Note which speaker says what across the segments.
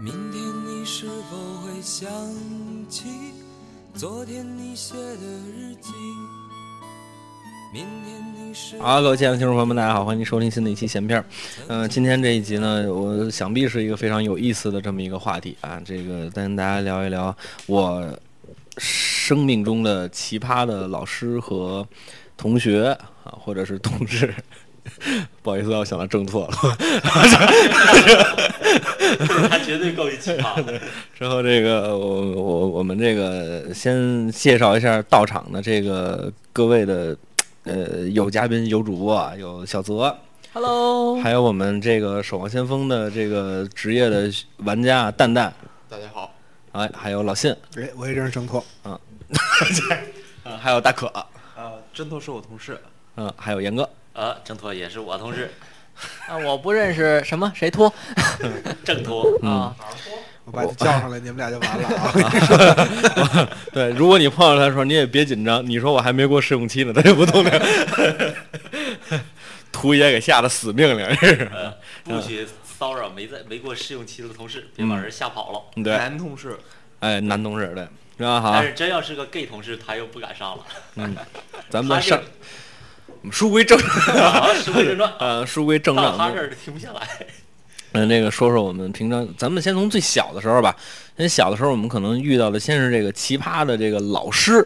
Speaker 1: 明天你是否会想起昨天你写的日记？明天你是
Speaker 2: 好，各位亲爱的听众朋友们，大家好，欢迎收听新的一期闲片儿。嗯、今天这一集呢，我想必是一个非常有意思的这么一个话题啊，这个跟大家聊一聊我生命中的奇葩的老师和同学啊，或者是同事。 不好意思啊，我想到正错了。
Speaker 3: 他绝对够一奇葩的。
Speaker 2: 之后这个我我我们这个先介绍一下到场的这个各位的，呃，有嘉宾有主播啊，有小泽，
Speaker 4: Hello，
Speaker 2: 还有我们这个《守望先锋》的这个职业的玩家蛋蛋，
Speaker 3: 大家好，
Speaker 2: 哎，还有老信，
Speaker 5: 哎，我也认识郑拓，
Speaker 2: 嗯，还有大可，
Speaker 6: 啊，真都是我同事，
Speaker 2: 嗯，还有严哥。
Speaker 3: 呃，郑拓也是我同 事，
Speaker 4: 啊，我不认识什么谁托
Speaker 3: 郑拓
Speaker 2: 嗯
Speaker 4: 啊，
Speaker 5: 我把你叫上来，你们俩就完了 啊！
Speaker 2: 对，如果你碰到他的时候，你也别紧张，你说我还没过试用期呢，他就不动了。 图爷给下的死命令，这是
Speaker 3: 呃，不许骚扰没在没过试用期的同事，别把人吓跑了。
Speaker 2: 对，
Speaker 6: 男同事，
Speaker 2: 哎，男同事对，然后好
Speaker 3: 但，是真要是个 gay 同事，他又不敢上了。
Speaker 2: 咱
Speaker 3: 他
Speaker 2: 们
Speaker 3: 这
Speaker 2: 上， 书归正，
Speaker 3: 啊，书归正 传，
Speaker 2: 呃，书归正传，
Speaker 3: 到他这儿就停不下来。
Speaker 2: 嗯，那个说说我们平常，咱们先从最小的时候吧。先小的时候，我们可能遇到的先是这个奇葩的这个老师，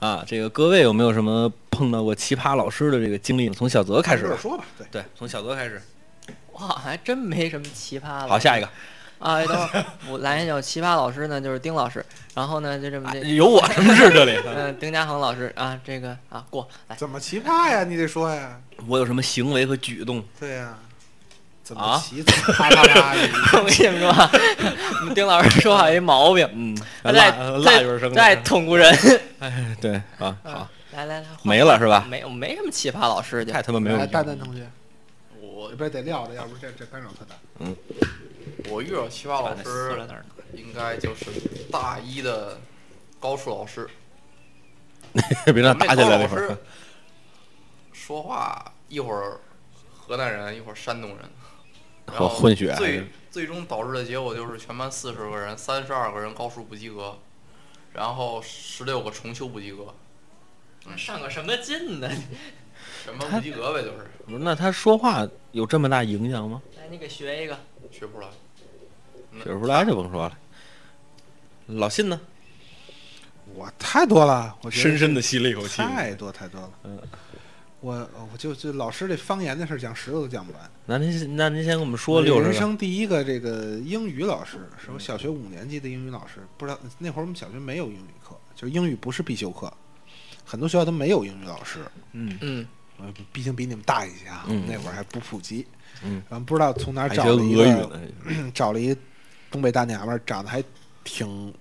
Speaker 2: 啊，这个各位有没有什么碰到过奇葩老师的这个经历呢？从小泽开始
Speaker 5: 接着
Speaker 2: 吧，
Speaker 5: 说吧，对，
Speaker 2: 对，从小泽开始。
Speaker 4: 我好像还真没什么奇葩了。
Speaker 2: 好，下一个，
Speaker 4: 啊，等会儿我来一首奇葩老师呢，就是丁老师，然后呢就这么
Speaker 2: 哎
Speaker 4: 这，
Speaker 2: 有我什么事？这 里，
Speaker 4: 嗯、丁家恒老师啊，这个啊过来，
Speaker 5: 怎么奇葩呀？你得说呀，
Speaker 2: 我有什么行为和举动？
Speaker 5: 对呀，怎
Speaker 2: 啊
Speaker 5: 么奇？怎么啪啪啪的？
Speaker 4: 我跟你们说啊，我们丁老师说话有一毛病，
Speaker 2: 嗯，
Speaker 4: 他
Speaker 2: 蜡
Speaker 4: 在
Speaker 2: 蜡月生
Speaker 4: 在在捅咕人。
Speaker 2: 对啊，好，
Speaker 4: 来来来，换
Speaker 2: 没了是吧？
Speaker 4: 没没什么奇葩老师就
Speaker 2: 太他 妈没有
Speaker 5: 来，
Speaker 2: 用
Speaker 5: 蛋蛋同学，
Speaker 6: 我
Speaker 5: 这边得撂着，要不这这干扰特大。
Speaker 6: 我遇到奇葩老
Speaker 4: 撕了那儿
Speaker 6: 师，
Speaker 4: 呢
Speaker 6: 应该就是大一的高数老师。
Speaker 2: 别让
Speaker 6: 那
Speaker 2: 打起
Speaker 6: 高
Speaker 2: 来
Speaker 6: 老
Speaker 2: 那会儿
Speaker 6: 师。说话一会儿河南人，一会儿山东人，然
Speaker 2: 我
Speaker 6: 后
Speaker 2: 混血还啊是
Speaker 6: 最最终导致的结果就是全班四十个人，三十二个人高数不及格，然后十六个重修不及格，
Speaker 4: 上个什么劲呢？
Speaker 6: 全班不及格呗，就是
Speaker 2: 不是那他说话有这么大影响吗？
Speaker 4: 来，你给学一个。
Speaker 6: 学不出来。
Speaker 4: 啊
Speaker 2: 学不出来就甭说了。老信呢？
Speaker 5: 我太多了，我觉得
Speaker 2: 深深的吸了一口气。
Speaker 5: 太多太多了。
Speaker 2: 嗯
Speaker 5: 我我就就老师这方言的事儿讲十个都讲不完。
Speaker 2: 那您那您先跟我们说
Speaker 5: 我
Speaker 2: 六
Speaker 5: 呃人
Speaker 2: 十嗯个，
Speaker 5: 生第一个这个英语老师是我小学五年级的英语老师，不知道那会儿我们小学没有英语课，就是英语不是必修课，很多学校都没有英语老师。
Speaker 2: 嗯，
Speaker 4: 嗯，
Speaker 5: 呃，毕竟比你们大一些啊，
Speaker 2: 嗯
Speaker 5: 那会儿还不普及。
Speaker 2: 嗯，
Speaker 5: 然后不知道从哪儿
Speaker 2: 还
Speaker 5: 找
Speaker 2: 学
Speaker 5: 了
Speaker 2: 俄
Speaker 5: 一
Speaker 2: 语
Speaker 5: 个，
Speaker 2: 呢，
Speaker 5: 找了一东北大娘们儿，长得还挺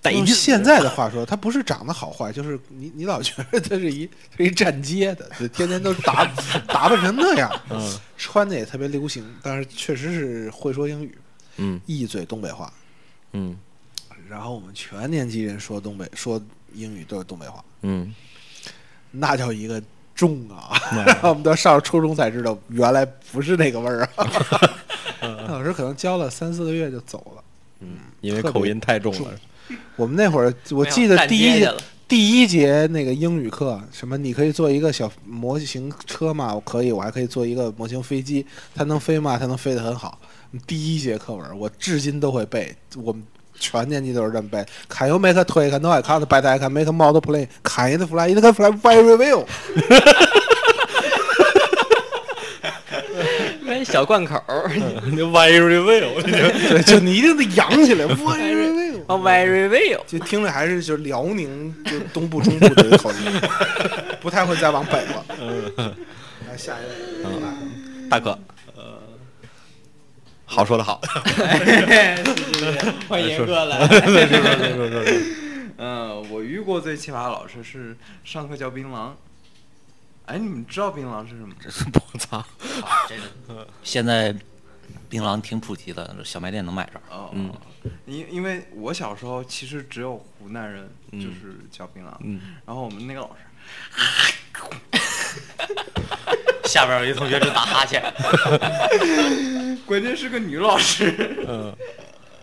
Speaker 2: 带
Speaker 5: 用
Speaker 2: 劲。
Speaker 5: 现在的话说，她不是长得 好坏，就是你你老觉得她是一 是一站街的，就天天都打 打扮成那样，
Speaker 2: 嗯
Speaker 5: 穿的也特别流行，但是确实是会说英语，
Speaker 2: 嗯
Speaker 5: 一嘴东北话。
Speaker 2: 嗯
Speaker 5: 然后我们全年级人说东北说英语都是东北话，
Speaker 2: 嗯，
Speaker 5: 那叫一个重啊！
Speaker 2: 嗯
Speaker 5: 我们到上初中才知道，原来不是那个味儿啊。 那老师可能教了三四个月就走了。
Speaker 2: 因为口音太重
Speaker 5: 特别
Speaker 2: 了。
Speaker 5: 我们那会儿，我记得第
Speaker 4: 没有站街
Speaker 5: 一
Speaker 4: 去了
Speaker 5: 第一节那个英语课，什么你可以做一个小模型车吗？我可以，我还可以做一个模型飞机，它能飞吗？它能飞得很好。第一节课文我至今都会背，我们全年级都是这么背。Can you make a toy? No, I can't. But I can make a model plane. Can it fly? It can fly very well.
Speaker 4: 哎，小贯口儿，
Speaker 2: 那 very well，
Speaker 5: 对，就你一定得扬 起来，very well。
Speaker 4: 哦，very well。
Speaker 5: 就听着还是就是辽宁就东部中部的 口音，不太会再往北了。嗯来下一位，
Speaker 2: 大哥，嗯好说的 好，
Speaker 4: 欢迎哥来。
Speaker 6: 嗯，我遇过最奇葩的老师是上课叫槟榔。哎，你们知道槟榔是什么？
Speaker 2: 我操，
Speaker 3: 这个现在 槟榔挺普及的，小卖店能买 着。
Speaker 6: 哦，
Speaker 2: 嗯
Speaker 6: 因因为我小时候其实只有湖南人
Speaker 2: 嗯
Speaker 6: 就是叫槟
Speaker 7: 啊
Speaker 6: 榔，
Speaker 2: 嗯，
Speaker 6: 然后我们那个老师，
Speaker 3: 下边有一同学正打哈欠，
Speaker 6: 关键是个女老师，
Speaker 2: 嗯，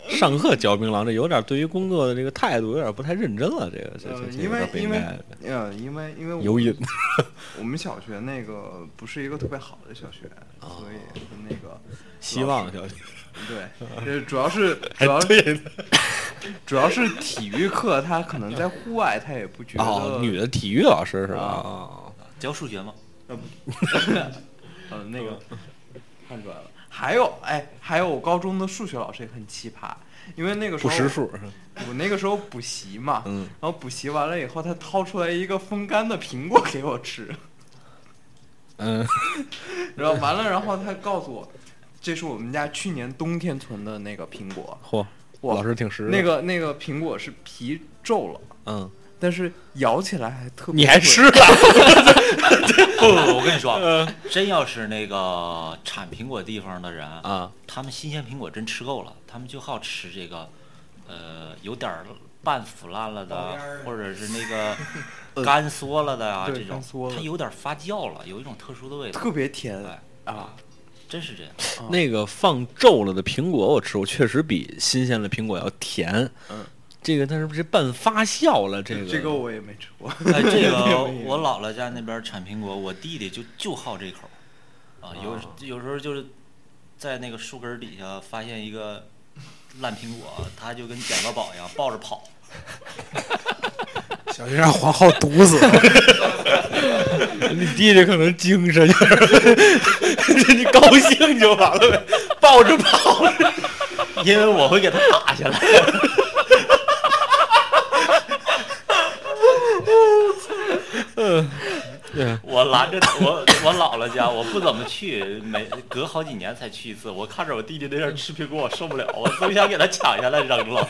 Speaker 2: 上课嚼槟榔，这有点对于工作的这个态度有点不太认真了，这个这这
Speaker 7: 呃
Speaker 2: 这
Speaker 7: 因
Speaker 2: 有点
Speaker 7: 为
Speaker 2: 不
Speaker 7: 因
Speaker 2: 应
Speaker 7: 为
Speaker 2: 该
Speaker 7: 呃，因为因为我
Speaker 2: 有瘾。
Speaker 7: 我们小学那个不是一个特别好的小学，
Speaker 2: 哦
Speaker 7: 所以那个
Speaker 2: 希望小姐，
Speaker 7: 对，呃，主 要是主
Speaker 2: 哎
Speaker 7: 要是主要是体育课，他可能在户外，他也不觉得、
Speaker 2: 哦，女的体育老师是吧？
Speaker 7: 啊
Speaker 2: 哦
Speaker 3: 教数学吗？
Speaker 7: 呃，那个
Speaker 2: 嗯
Speaker 7: 看出来了。还有，哎，还有我高中的数学老师也很奇葩，因为那个时
Speaker 2: 不
Speaker 7: 候
Speaker 2: 识数，
Speaker 7: 我那个时候补习嘛，
Speaker 2: 嗯
Speaker 7: 然后补习完了以后，他掏出来一个风干的苹果给我吃，
Speaker 2: 嗯，
Speaker 7: 然后完了，然后他告诉我，这是我们家去年冬天存的那个苹果，
Speaker 2: 嚯，
Speaker 7: 哇
Speaker 2: 老师挺实的。
Speaker 7: 那个那个苹果是皮皱了，
Speaker 2: 嗯，
Speaker 7: 但是咬起来还特别，
Speaker 2: 你还吃？了？
Speaker 3: 不不，不我跟你说啊，真要是那个产苹果地方的人
Speaker 2: 啊，
Speaker 3: 他们新鲜苹果真吃够了，他们就好吃这个，呃，有点儿半腐烂了的，或者是那 个干缩了的啊，
Speaker 7: 呃对
Speaker 3: 这种
Speaker 7: 干缩了
Speaker 3: 它有点发酵了，有一种特殊的味道，
Speaker 7: 特别甜
Speaker 3: 哎
Speaker 7: 啊！
Speaker 3: 真是这样。
Speaker 2: 那个放皱了的苹果我吃过，确实比新鲜的苹果要甜。
Speaker 7: 嗯，
Speaker 2: 这个但是不是半发酵了？这个
Speaker 7: 这个我也没吃 过，
Speaker 3: 哎，这 个我姥姥家那边产苹果，我弟弟就就好这口儿啊，
Speaker 7: 哦
Speaker 3: 有有时候就是在那个树根儿底下发现一个烂苹果，他就跟捡到宝一样抱着跑。
Speaker 5: 小心让皇后毒死。
Speaker 2: 你弟弟可能精神， 你高兴就完了呗，抱着跑。
Speaker 3: 因为我会给他打下来。我拦着我我姥姥家，我不怎么去，每隔好几年才去一次。我看着我弟弟在那儿吃苹果，我受不了，我总想给他抢下来扔了。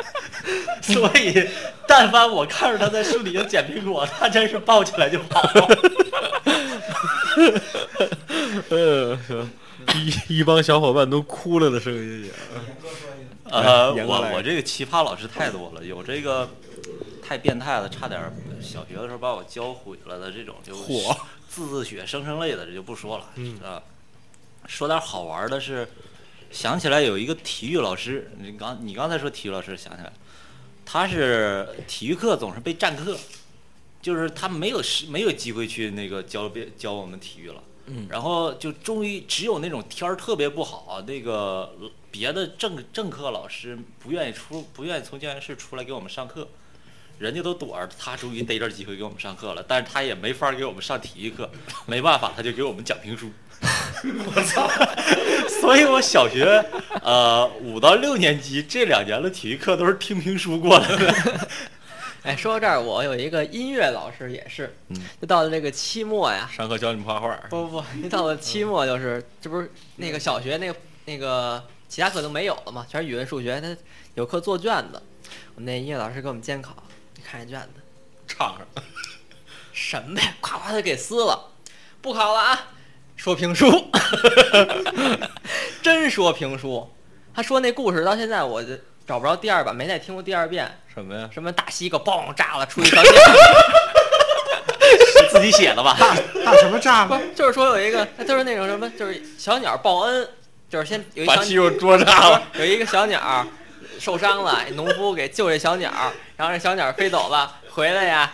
Speaker 3: 所以，但凡我看着他在树底下捡苹果，他真是抱起来就跑。
Speaker 2: 呃，一一帮小伙伴都哭了的声音也。
Speaker 3: 呃，
Speaker 2: 严格
Speaker 3: 我
Speaker 2: 来
Speaker 3: 我这个奇葩老师太多了，有这个太变态了，差点儿小学的时候把我教毁了的这种，就
Speaker 2: 嚯
Speaker 3: 字字血生生泪的，这就不说了。啊，说点好玩儿的是，想起来有一个体育老师，你刚你刚才说体育老师，想起来了，他是体育课总是被占课，就是他没有时没有机会去那个教别教我们体育了。
Speaker 2: 嗯
Speaker 3: 然后就终于只有那种天儿特别不好，那个别的政政课老师不愿意出，不愿意从教研室出来给我们上课，人家都躲着，他终于逮着机会给我们上课了，但是他也没法给我们上体育课，没办法，他就给我们讲评书。我操！所以我小学呃五到六年级这两年的体育课都是听评书过来的。
Speaker 4: 哎，说到这儿，我有一个音乐老师也是，
Speaker 2: 嗯
Speaker 4: 就到了这个期末呀，
Speaker 2: 上课教你们画画，
Speaker 4: 不不不，一 嗯到了期末就是，这不是那个小学那个那个其他课都没有了嘛，全是语文、数学，他有课做卷子。我们那音乐老师给我们监考，就看这卷子，
Speaker 2: 唱上。
Speaker 4: 什么呀，夸夸就给撕了，不考了啊！说评书， 真说评书。他说那故事到现在我就找不着第二版，没再听过第二遍。
Speaker 2: 什么呀？
Speaker 4: 什么大西瓜嘣炸了，出一条街，
Speaker 3: 自己写的吧？
Speaker 5: 大什么炸
Speaker 4: 不
Speaker 5: 了？
Speaker 4: 是就是说有一个，他就是那种什么，就是小鸟报恩，就是先有一
Speaker 2: 把
Speaker 4: 小
Speaker 2: 西瓜捉炸了。
Speaker 4: 有一个小鸟儿受伤了，农夫给救这小鸟儿，然后这小鸟儿飞走了，回来呀，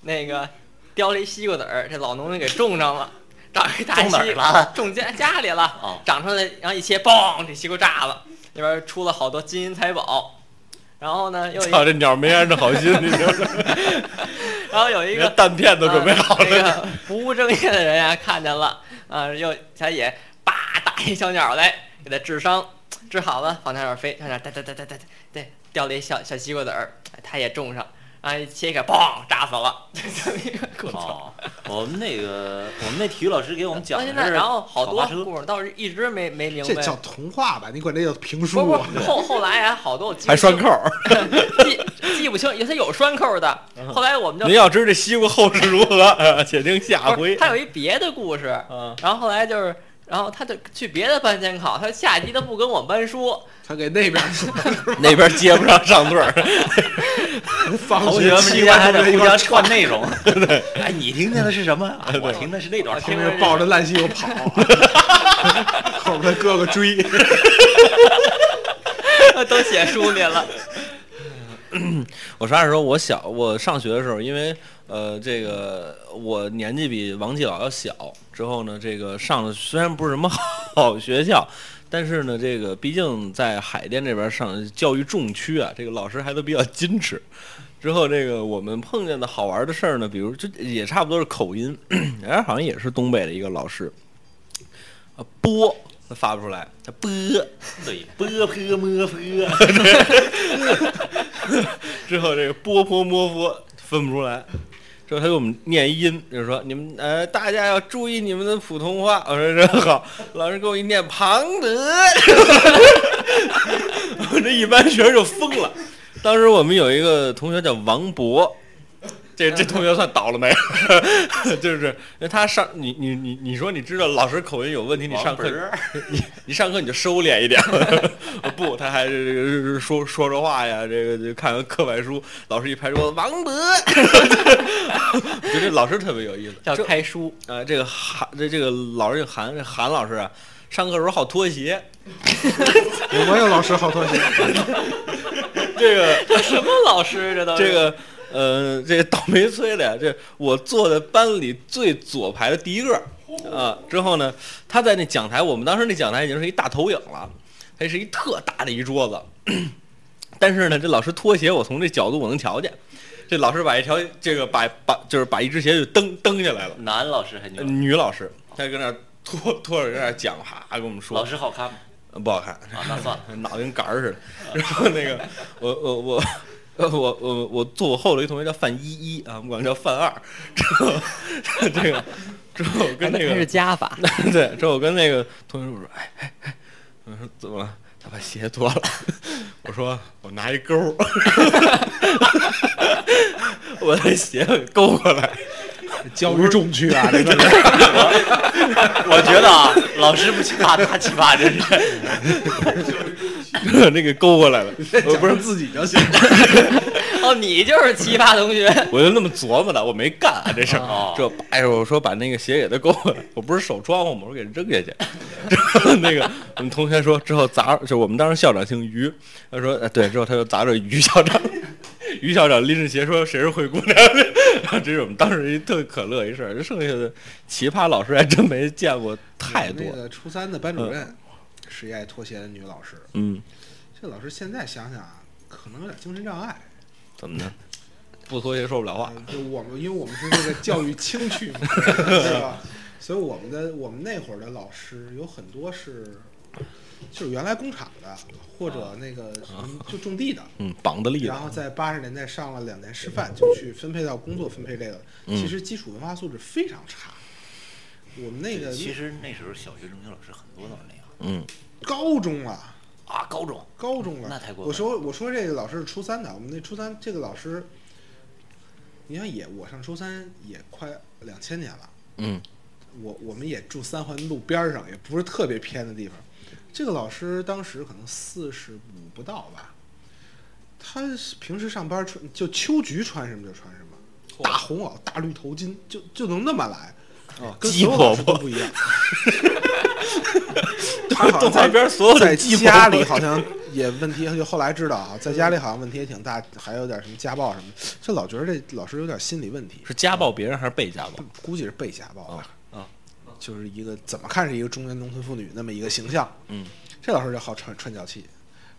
Speaker 4: 那个叼了一西瓜籽儿，这老农民给种上了，长一大
Speaker 3: 种哪
Speaker 4: 西
Speaker 3: 儿了？
Speaker 4: 种家家里了，
Speaker 3: 哦，
Speaker 4: 长出来，然后一切嘣，这西瓜炸了，里边出了好多金银财宝，然后呢又一
Speaker 2: 操，这鸟没安着好心，你知道吗
Speaker 4: 然后有一
Speaker 2: 连
Speaker 4: 个
Speaker 2: 弹片都准备好
Speaker 4: 啊那
Speaker 2: 了。
Speaker 4: 个 不务正业的人呀、看见了啊，又小野叭打一小鸟来给它治伤，治好了往那边飞，小鸟哒哒哒哒哒哒，对，掉了一小小西瓜籽儿，它也种上，啊，一切开，嘣，炸死了， 就这么一个故事。
Speaker 3: 哦，我们那个我们那体育老师给我们讲
Speaker 4: 到
Speaker 3: 的
Speaker 4: 现
Speaker 3: 是
Speaker 4: 在，然后好
Speaker 3: 考
Speaker 4: 多
Speaker 3: 拉车
Speaker 4: 故事倒是一直没没明
Speaker 5: 这
Speaker 4: 白。
Speaker 5: 叫童话吧？你管这叫评
Speaker 4: 不
Speaker 5: 书
Speaker 4: 不
Speaker 5: 啊？，
Speaker 4: 后后来呀，好多我记不
Speaker 2: 还拴
Speaker 4: 清，
Speaker 2: 扣儿，嗯
Speaker 4: 记记不清，有它有拴扣的。后来我们就
Speaker 2: 您要知这西瓜后事如何，呃且听下
Speaker 4: 不
Speaker 2: 回
Speaker 4: 是，。他有一别的故事，
Speaker 2: 啊
Speaker 4: 然后后来就是，然后他就去别的班监考，他下级他不跟我们班 说，
Speaker 5: 他给那边
Speaker 2: 那边接不上上对儿，
Speaker 5: 放
Speaker 3: 同
Speaker 5: 学
Speaker 3: 学们之间还得
Speaker 5: 一
Speaker 3: 互
Speaker 5: 块
Speaker 3: 相
Speaker 5: 儿
Speaker 3: 串内容。哎，你听见的是什么？啊我听的是那段儿。
Speaker 4: 我听
Speaker 5: 抱着烂西瓜跑，后边他哥哥追，
Speaker 4: 都写书里 了。
Speaker 2: 我啥时候？我小我上学的时候，因为呃，这个我年纪比王继老要小，之后呢，这个上的虽然不是什么 好学校，但是呢，这个毕竟在海淀这边上教育重区啊，这个老师还都比较矜持。之后，这个我们碰见的好玩的事儿呢，比如就也差不多是口音， 人家好像也是东北的一个老师，啊，波他发不出来，他波，
Speaker 3: 对，波泼 摸泼，
Speaker 2: 之后这个波波摸波分不出来，之后他给我们念音，就是说你们呃大家要注意你们的普通话。我说真好，老师给我一念庞德， 我这一班学生就疯了。当时我们有一个同学叫王博。这这同学算倒了霉， 就是因为他上你你你你说你知道老师口音有问题，你上课你你上课你就收敛一点。呃 不，他还是这个说说说话呀，这个就看看课外书，老师一拍桌子，王博， 就这老师特别有意思。
Speaker 4: 要
Speaker 2: 这
Speaker 4: 开书，
Speaker 2: 啊，这个韩这这个老师姓韩，这韩老师啊，上课时候好脱鞋，
Speaker 5: 我有老师好脱鞋，
Speaker 2: 这个
Speaker 4: 这什么老师啊 这都是
Speaker 2: 这个呃，这个倒霉催的呀，这我坐在班里最左排的第一个啊。之后呢，他在那讲台，我们当时那讲台已经是一大投影了，它是一特大的一桌子。 但是呢，这老师脱鞋，我从这角度我能瞧见。这老师把一条这个把把就是把一只鞋就蹬蹬下来了，
Speaker 3: 男老师还女
Speaker 2: 呃
Speaker 3: 老师？
Speaker 2: 女老师她搁那儿拖拖着搁那儿讲，哈跟我们说
Speaker 3: 老师好看吗？
Speaker 2: 呃不好看，
Speaker 3: 啊，那 算了，
Speaker 2: 脑袋跟杆儿似的。然后那个，我我我。呃我我我坐我后头一同学叫范一一啊，我们管他叫范二，之后这个之后我跟那
Speaker 4: 这
Speaker 2: 个
Speaker 4: 哎是加法，
Speaker 2: 对，之后我跟那个同学说，哎哎哎，我说怎么了？他把鞋脱了。 我说我拿一钩儿， 我把鞋给勾过来。
Speaker 5: 教育重区啊，这个
Speaker 3: 我觉得啊，老师不奇葩，他奇葩，真 是。
Speaker 2: 那个勾过 来了，我不是自己就行，
Speaker 4: 哦，你就是奇葩同学，
Speaker 2: 我就那么琢磨的，我没干啊这事儿
Speaker 3: 哦，
Speaker 2: 这哎呦，我说把那个鞋给他勾过来，我不是守窗户吗？我说给扔下去。 然后那个我们同学说之后砸，就我们当时校长姓于，他说哎对，之后他就砸着于校长， 于校长拎着鞋说谁是灰姑娘， 然后这是我们当时一特可乐一事儿，剩下的奇葩老师还真没见过太多
Speaker 5: 那，个初三的班主任是一爱脱鞋的女老师，
Speaker 2: 嗯，
Speaker 5: 这老师现在想想啊，可能有点精神障碍。
Speaker 2: 怎么呢？不脱鞋说不了话，
Speaker 5: 嗯就我们，因为我们是这个教育轻区嘛， 对吧？所以我们的我们那会儿的老师有很多是，就是原来工厂的，或
Speaker 3: 啊
Speaker 5: 者那个什么就种地的，
Speaker 2: 嗯，膀子力
Speaker 5: 然
Speaker 2: 的，
Speaker 5: 后在八十年代上了两年师范，就去分配到工作分配类了。
Speaker 2: 嗯
Speaker 5: 其实基础文化素质非常差。我们那个
Speaker 3: 其实那时候小学、中学老师很多都是那样
Speaker 2: 嗯
Speaker 5: 高中啊，
Speaker 3: 啊，高中
Speaker 5: 高中了，
Speaker 3: 那太过分了
Speaker 5: 我说我说这个老师是初三的，我们那初三这个老师，你看也我上初三也快两千年了。
Speaker 2: 嗯
Speaker 5: 我我们也住三环路边儿上，也不是特别偏的地方。这个老师当时可能四十五不到吧，他是平时上班穿就秋菊穿什么就穿什么，大红袄、大绿头巾，就就能那么来。啊，跟
Speaker 2: 哦鸡
Speaker 5: 所有老师
Speaker 2: 婆
Speaker 5: 都
Speaker 2: 婆
Speaker 5: 不一 样。他好像
Speaker 2: 动画
Speaker 5: 在
Speaker 2: 片所有的
Speaker 5: 在
Speaker 2: 鸡婆
Speaker 5: 家里
Speaker 2: 婆
Speaker 5: 好像也问题，就后来知道啊，在家里好像问题也挺大，还有点什么家暴什么的。这老觉得这老师有点心理问题。
Speaker 2: 是家暴别人还是被家暴？
Speaker 5: 估计是被家暴吧。啊，就是一个怎么看是一个中年农村妇女那么一个形象。
Speaker 2: 嗯，
Speaker 5: 这老师就好穿穿脚气，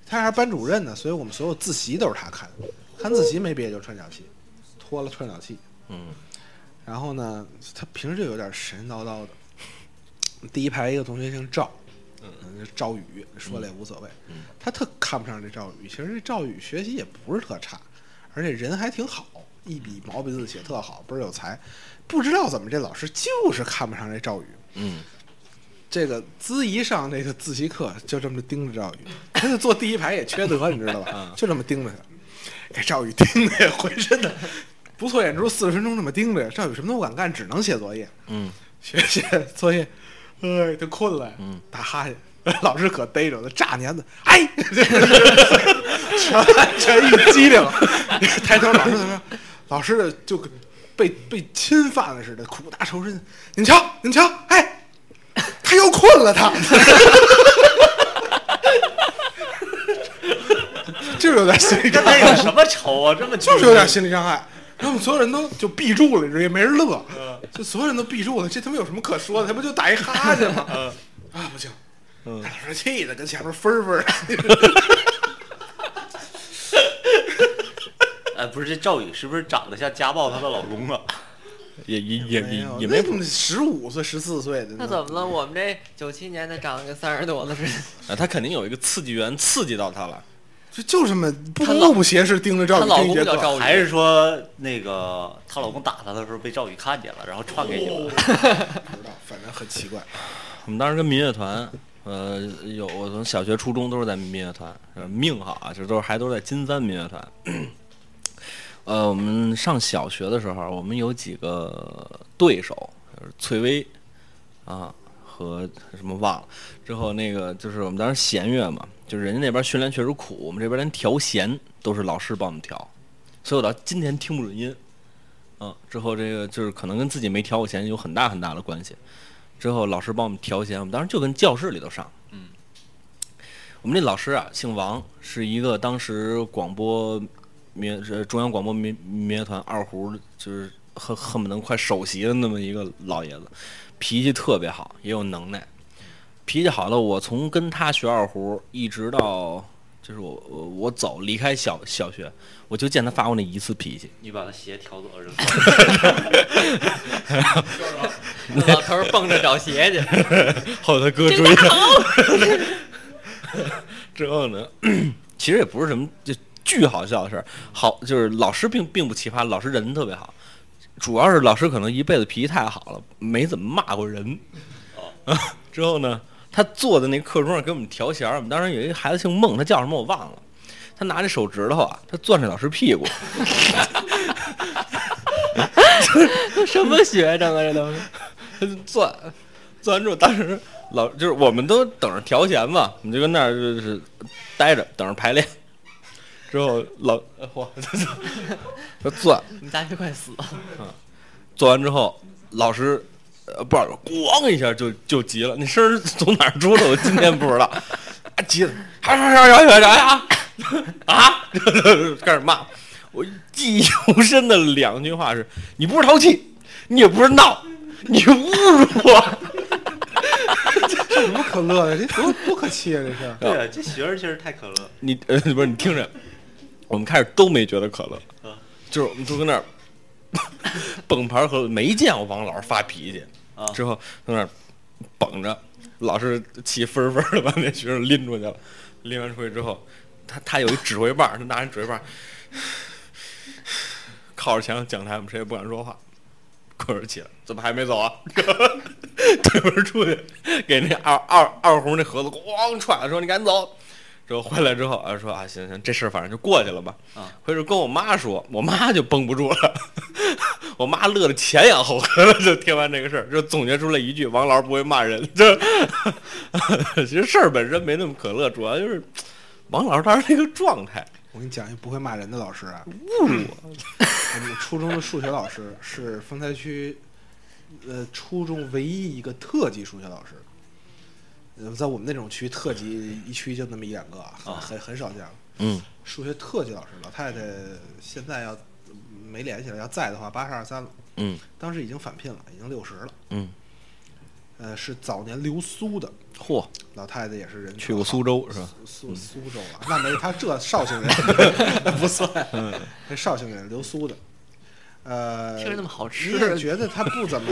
Speaker 5: 他还是班主任呢，所以我们所有自习都是他看，看自习没别的就是穿脚气，脱了穿脚气。
Speaker 2: 嗯，
Speaker 5: 然后呢，他平时就有点神神叨叨的。第一排一个同学姓赵，嗯，赵宇说了也无所谓，他特看不上这赵宇。其实这赵宇学习也不是特差，而且人还挺好，一笔毛笔字写特好，倍儿有才。不知道怎么这老师就是看不上这赵宇。
Speaker 2: 嗯，
Speaker 5: 这个资一上这个自习课就这么盯着赵宇，他就坐第一排也缺德，你知道吧？就这么盯着他，给赵宇盯的呀，浑身的不错演出，四十分钟这么盯着呀，赵宇什么都不敢干，只能写作业。
Speaker 2: 嗯，
Speaker 5: 学 写作业，哎，他困了，嗯，打哈欠。老师可逮着他，炸年子，哎，就是全全一激灵，抬头老师怎么样？老师的就被被侵犯了似的，苦大仇深。你们瞧，你们瞧，哎，这又困了他。 就是有点心理
Speaker 3: 跟
Speaker 5: 障
Speaker 3: 他
Speaker 5: 碍，
Speaker 3: 有什么仇啊？这么
Speaker 5: 就是有点心理障碍。然后我们所有人都就闭住了，你知道也没人乐，
Speaker 2: 嗯
Speaker 5: 就所有人都闭住了。这他妈有什么可说的？他不就打一哈欠吗？
Speaker 2: 嗯
Speaker 5: 啊，不行，他俩说气的跟前面分儿分儿。
Speaker 3: 哎，不是这赵宇是不是长得像家暴她的老公啊？
Speaker 2: 也也 也也也
Speaker 5: 没
Speaker 2: 没
Speaker 5: 有，十五岁、十四岁的，
Speaker 4: 那怎么了？我们这九七年的长得跟三十多的似 的，
Speaker 2: 啊，他肯定有一个刺激源刺激到他了。
Speaker 5: 就就这么不目不斜视盯着赵
Speaker 4: 她
Speaker 5: 宇
Speaker 4: 老
Speaker 5: 这一
Speaker 4: 公
Speaker 5: 节
Speaker 4: 叫
Speaker 5: 课。
Speaker 4: 赵
Speaker 3: 还
Speaker 4: 宇，
Speaker 3: 是说那个她老公打她的时候被赵宇看见了，然后传给你了？
Speaker 5: 不知道，反正很奇怪。
Speaker 2: 我们当时跟民乐团，呃，有我从小学、初中都是在民乐团，呃命好啊，这都是还都是在金三民乐团。呃，我们上小学的时候，我们有几个对手，就是翠微啊和什么忘了。之后那个就是我们当时弦乐嘛，就是人家那边训练确实苦，我们这边连调弦都是老师帮我们调，所以我到今天听不准音。嗯，之后这个就是可能跟自己没调过弦有很大很大的关系。之后老师帮我们调弦，我们当时就跟教室里头上。嗯，我们那老师啊，姓王，是一个当时广播民呃中央广播民民乐团二胡，就是恨恨不能快首席的那么一个老爷子，脾气特别好，也有能耐。脾气好了，我从跟他学二胡，一直到就是我我我走离开小小学，我就见他发过那一次脾气。
Speaker 3: 你把她鞋挑走扔。
Speaker 4: 老头儿蹦着找鞋去，
Speaker 2: 后他哥追他。 之后呢， 其实也不是什么就巨好笑的事儿，好就是老师并并不奇葩，老师人特别好，主要是老师可能一辈子脾气太好了，没怎么骂过人。 之后呢，他坐在那课桌上给我们调弦儿，我们当时有一个孩子姓孟，他叫什么我忘了。他拿着手指头啊，他攥着老师屁股，
Speaker 4: 什么学生啊？这都是
Speaker 2: 他就攥，攥完之后，当时老就是我们都等着调弦嘛，我们就跟那儿就是待着，等着排练。之后老呃嚯，他攥，
Speaker 4: 你大学快死了，
Speaker 2: 攥完之后，老师呃不知道咣一下就就急了，那声儿从哪儿出的，我今天不知道，啊急了，还还还还还啥呀？啊，开始骂。我记忆犹深的两句话是：你不是淘气，你也不是闹，你侮辱我。
Speaker 5: 这有什么可乐的？这多多可气啊！这是。
Speaker 3: 对啊，这学生确实太可乐。
Speaker 2: 你呃 不是你听着，我们开始都没觉得可乐，
Speaker 3: 啊
Speaker 2: 就是我们都跟那儿 蹦盘和没见过王老师发脾气，
Speaker 3: 啊
Speaker 2: 之后在那儿绷着，老师气愤愤的把那学生拎出去了，拎完出去之后，他他有一指挥棒，他拿着指挥棒靠着墙讲台，我们谁也不敢说话。过人起来，怎么还没走啊？ 推门出去，给那二二二胡那盒子咣踹，说你赶紧走，之后回来之后啊，说啊，行行，这事儿反正就过去了吧。
Speaker 3: 啊，
Speaker 2: 回头跟我妈说，我妈就绷不住了， 我妈乐得前仰后合了，就听完这个事儿，就总结出来一句：王老师不会骂人。这 其实事儿本身没那么可乐，主要就是王老师当时那个状态。
Speaker 5: 我给你讲一不会骂人的老师啊，侮辱我！们初中的数学老师是丰台区，呃，初中唯一一个特级数学老师。呃，在我们那种区，特级一区就那么一两个啊，很很很少见了。
Speaker 2: 嗯，
Speaker 5: 数学特级老师，老太太现在要嗯没联系了，要在的话，八十二三了。
Speaker 2: 嗯，
Speaker 5: 当时已经返聘了，已经六十了。
Speaker 2: 嗯，
Speaker 5: 呃，是早年留苏的
Speaker 2: 嚯，
Speaker 5: 老太太，也是人
Speaker 2: 去过
Speaker 5: 州。
Speaker 2: 苏州是吧？
Speaker 5: 苏苏州啊，那没他这绍 兴人不算，
Speaker 2: 嗯
Speaker 5: 这绍兴人留苏的，呃，
Speaker 4: 听着那么好吃
Speaker 5: 你也觉得她不怎么，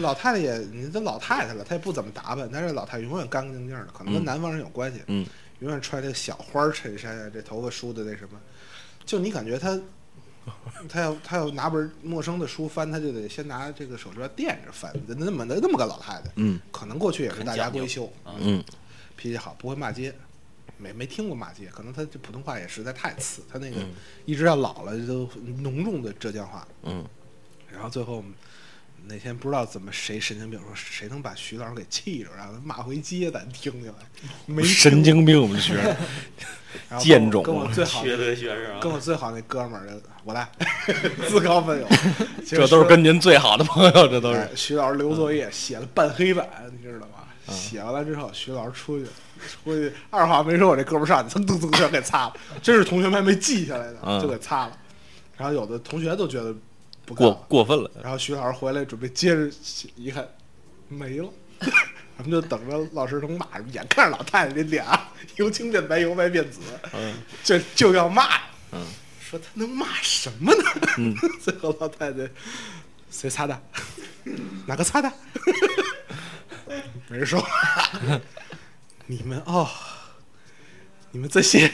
Speaker 5: 老太太也，你都老太太了，她也不怎么打扮，但是老太太永远干干净净的，可能跟南方人有关系，
Speaker 2: 嗯，
Speaker 5: 永远穿这小花儿衬衫啊，这头发梳的那什么，就你感觉 她，她要她要拿本陌生的书翻，她就得先拿这个手绢垫着翻，那么那么个老太太，
Speaker 2: 嗯，
Speaker 5: 可能过去也是大家
Speaker 3: 很讲究
Speaker 5: 闺秀，
Speaker 2: 嗯，
Speaker 5: 脾气好，不会骂街，没没听过骂街，可能他这普通话也实在太次，他那个一直到老了都浓重的浙江话。
Speaker 2: 嗯，
Speaker 5: 然后最后那天不知道怎么谁神经病说谁能把徐老师给气着，让他骂回街，咱听听来，没听
Speaker 2: 神，经病，我们学 生
Speaker 5: 然后跟我
Speaker 2: 贱种
Speaker 5: 跟我最好
Speaker 3: 缺德学生啊！
Speaker 5: 跟我最好那哥们儿，我来， 自告奋勇，其实
Speaker 2: 这都
Speaker 5: 说
Speaker 2: 是跟您最好的朋友，这都是嗯
Speaker 5: 哎徐老师留作业写了半黑板，你知道吗？写完了之后，徐老师出去，出去二话没说，我这哥们儿上去，噌噌噌全给擦了，真是同学们还没记下来
Speaker 2: 嗯
Speaker 5: 呢，就给擦了。然后有的同学都觉得不干
Speaker 2: 过
Speaker 5: 了，
Speaker 2: 过分了。
Speaker 5: 然后徐老师回来准备接着写，一看没了。 咱们就等着老师能骂，眼看着老太太这脸啊，由青变白，由白变紫，
Speaker 2: 嗯
Speaker 5: 就就要骂呀，
Speaker 2: 嗯
Speaker 5: 说他能骂什么呢？
Speaker 2: 嗯
Speaker 5: 最后老太太，谁擦的？ 哪个擦的？没人说话。 你们哦，你们这些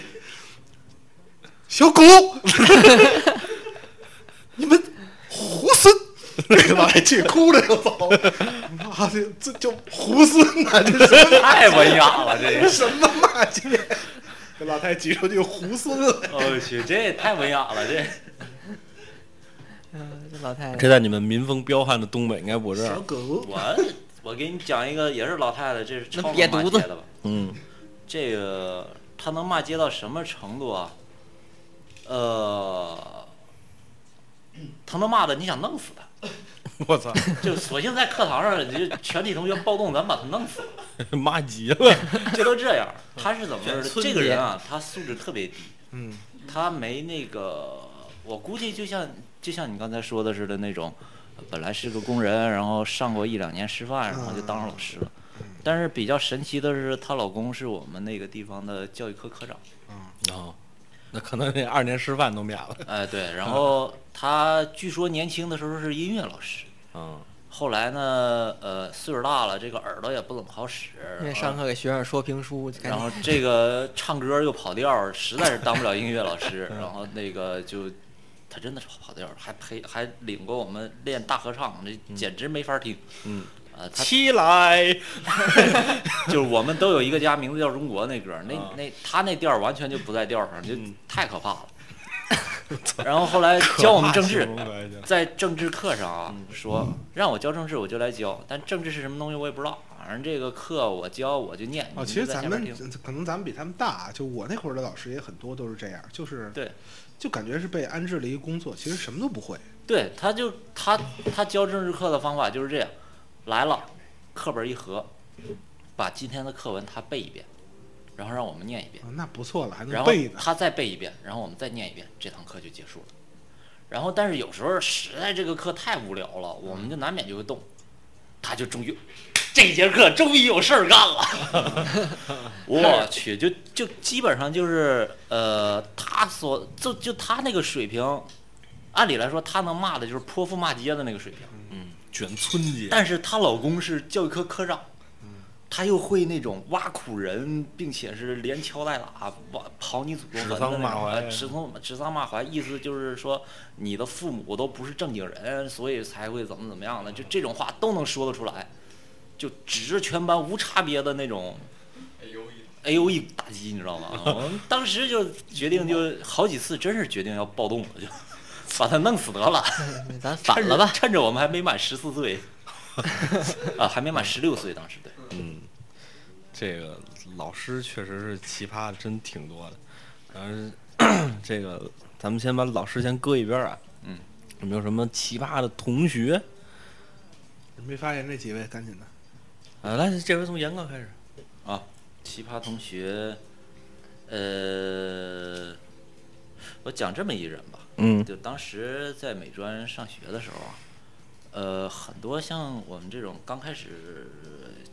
Speaker 5: 小狗， 你们胡孙！这个老太气哭着就走了。妈的，这叫胡孙啊！这什么
Speaker 3: 太文雅了，这
Speaker 5: 这什么骂街？这老太挤出去胡孙来。
Speaker 3: 我哦去，这也太文雅了，这
Speaker 4: 嗯，这老太太
Speaker 2: 这在你们民风彪悍的东北应该不是。
Speaker 5: 小狗，
Speaker 3: 我我给你讲一个，也是老太太，这是超能
Speaker 4: 那瘪
Speaker 3: 骂
Speaker 4: 犊
Speaker 3: 街
Speaker 4: 子
Speaker 3: 的吧？
Speaker 2: 嗯
Speaker 3: 这个她能骂街到什么程度啊？呃，她能骂的你想弄死她。
Speaker 5: 我操！
Speaker 3: 就索性在课堂上，就全体同学暴动，咱把他弄死了，
Speaker 2: 骂急 了。
Speaker 3: 就都这样。他是怎么回事呢？
Speaker 4: 选村民
Speaker 3: 这个人啊，他素质特别低，
Speaker 5: 嗯，
Speaker 3: 他没那个，我估计就像就像你刚才说的似的那种，呃本来是个工人，然后上过一两年师范，然后就当上老师了。但是比较神奇的是，她老公是我们那个地方的教育科科长。
Speaker 2: 哦，那可能那二年师范都免了。
Speaker 3: 哎，对，然 后他据说年轻的时候是音乐老师，
Speaker 2: 嗯，
Speaker 3: 后来呢，呃，岁数大了，这个耳朵也不怎么好使，
Speaker 4: 因为上课给学生说评书，赶紧
Speaker 3: 然后这个唱歌又跑调儿，实在是当不了音乐老 师。
Speaker 4: 嗯
Speaker 3: 然后那个就，他真的是跑调儿，还陪还领过我们练大合唱，这简直没法听。
Speaker 2: 嗯，
Speaker 3: 啊，他
Speaker 2: 起来。
Speaker 3: 就是我们都有一个家，名字叫中国那歌儿，那
Speaker 2: 啊
Speaker 3: 那他那调儿完全就不在调儿上，就
Speaker 2: 嗯
Speaker 3: 太可 怕了。然后后来教我们政治，在政治课上啊，
Speaker 5: 嗯
Speaker 3: 说让我教政治我就来教，但政治是什么东西我也不知道，反正这个课我教我就念。你
Speaker 5: 哦，
Speaker 3: 们
Speaker 5: 其实
Speaker 3: 就在
Speaker 5: 咱
Speaker 3: 前面
Speaker 5: 们
Speaker 3: 听
Speaker 5: 可能咱们比他们大，啊就我那会儿的老师也很多都是这样，就是
Speaker 3: 对，
Speaker 5: 就感觉是被安置了一个工作，其实什么都不会。
Speaker 3: 对，他就他他教政治课的方法就是这样，来了，课本一合，把今天的课文他背一遍，然后让我们念一遍，
Speaker 5: 啊那不错了，还
Speaker 3: 然
Speaker 5: 能
Speaker 3: 后
Speaker 5: 背呢。
Speaker 3: 他再背一遍，然后我们再念一遍，这堂课就结束了。然后，但是有时候实在这个课太无聊了，我们就难免就会动，他就终于。这一节课终于有事儿干了， 我去，就就基本上就是呃，他所就就他那个水平，按理来说他能骂的就是泼妇骂街的那个水平，
Speaker 2: 卷村姐，
Speaker 3: 但是她老公是教育科科长，
Speaker 2: 嗯
Speaker 3: 他又会那种挖苦人，并且是连敲带打，挖刨你祖宗坟的
Speaker 2: 指桑
Speaker 3: 那
Speaker 2: 骂
Speaker 3: 种，
Speaker 2: 槐
Speaker 3: 呃指桑指桑骂槐，意思就是说你的父母都不是正经人，所以才会怎么怎么样的，就这种话都能说得出来，就指着全班无差别的那种 A O E 打击，你知 道吗？我们当时就决定就好几次，真是决定要暴动了，就把他弄死得了。
Speaker 4: 咱反了吧？
Speaker 3: 趁着我们还没满十四岁，啊，还没满十六岁，当时对，
Speaker 2: 嗯，这个老师确实是奇葩的，真挺多的。然后 这个，咱们先把老师先搁一边儿啊。
Speaker 3: 嗯，
Speaker 2: 有没有什么奇葩的同学？
Speaker 5: 没发言这几位，赶紧的。
Speaker 2: 啊，来，这回从严哥开始。
Speaker 3: 奇葩同学，呃，我讲这么一人吧，
Speaker 2: 嗯
Speaker 3: 就当时在美专上学的时候啊，呃，很多像我们这种刚开始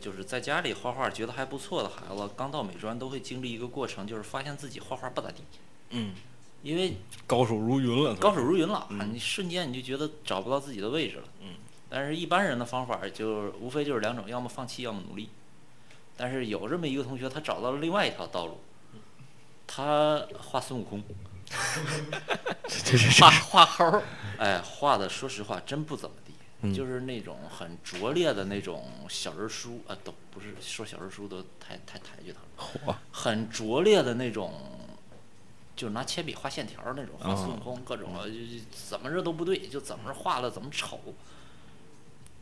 Speaker 3: 就是在家里画画觉得还不错的孩子，刚到美专都会经历一个过程，就是发现自己画画不咋地，
Speaker 2: 嗯，
Speaker 3: 因为
Speaker 2: 高手如云了。
Speaker 3: 高手如云了，
Speaker 2: 嗯
Speaker 3: 你瞬间你就觉得找不到自己的位置了。
Speaker 2: 嗯，
Speaker 3: 但是一般人的方法就是无非就是两种，要么放弃，要么努力。但是有这么一个同学，他找到了另外一条道路，
Speaker 2: 嗯
Speaker 3: 他画孙悟空，
Speaker 4: 画画猴儿，
Speaker 3: 哎，画的说实话真不怎么地，
Speaker 2: 嗯
Speaker 3: 就是那种很拙劣的那种小人书啊，都不是说小人书都太太抬举他了，
Speaker 2: 火，
Speaker 3: 很拙劣的那种。就是拿铅笔画线条那种，画
Speaker 2: 哦
Speaker 3: 孙悟空各种，就就怎么着都不对，就怎么着画的怎么丑。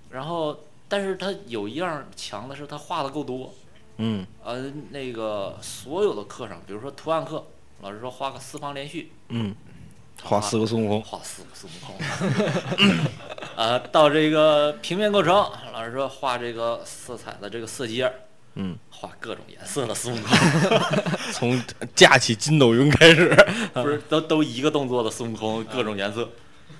Speaker 3: 然后，但是他有一样强的是，他画的够多。
Speaker 2: 嗯
Speaker 3: 呃，那个所有的课上，比如说图案课，老师说画个四方连续，
Speaker 2: 嗯，画四个孙悟空。
Speaker 3: 画四个孙悟空。 呃，到这个平面构成，老师说画这个色彩的这个色阶，
Speaker 2: 嗯，
Speaker 3: 画各种颜色的孙悟空，
Speaker 2: 从架起筋斗云开始，
Speaker 3: 不是都都一个动作的孙悟空，各种颜色，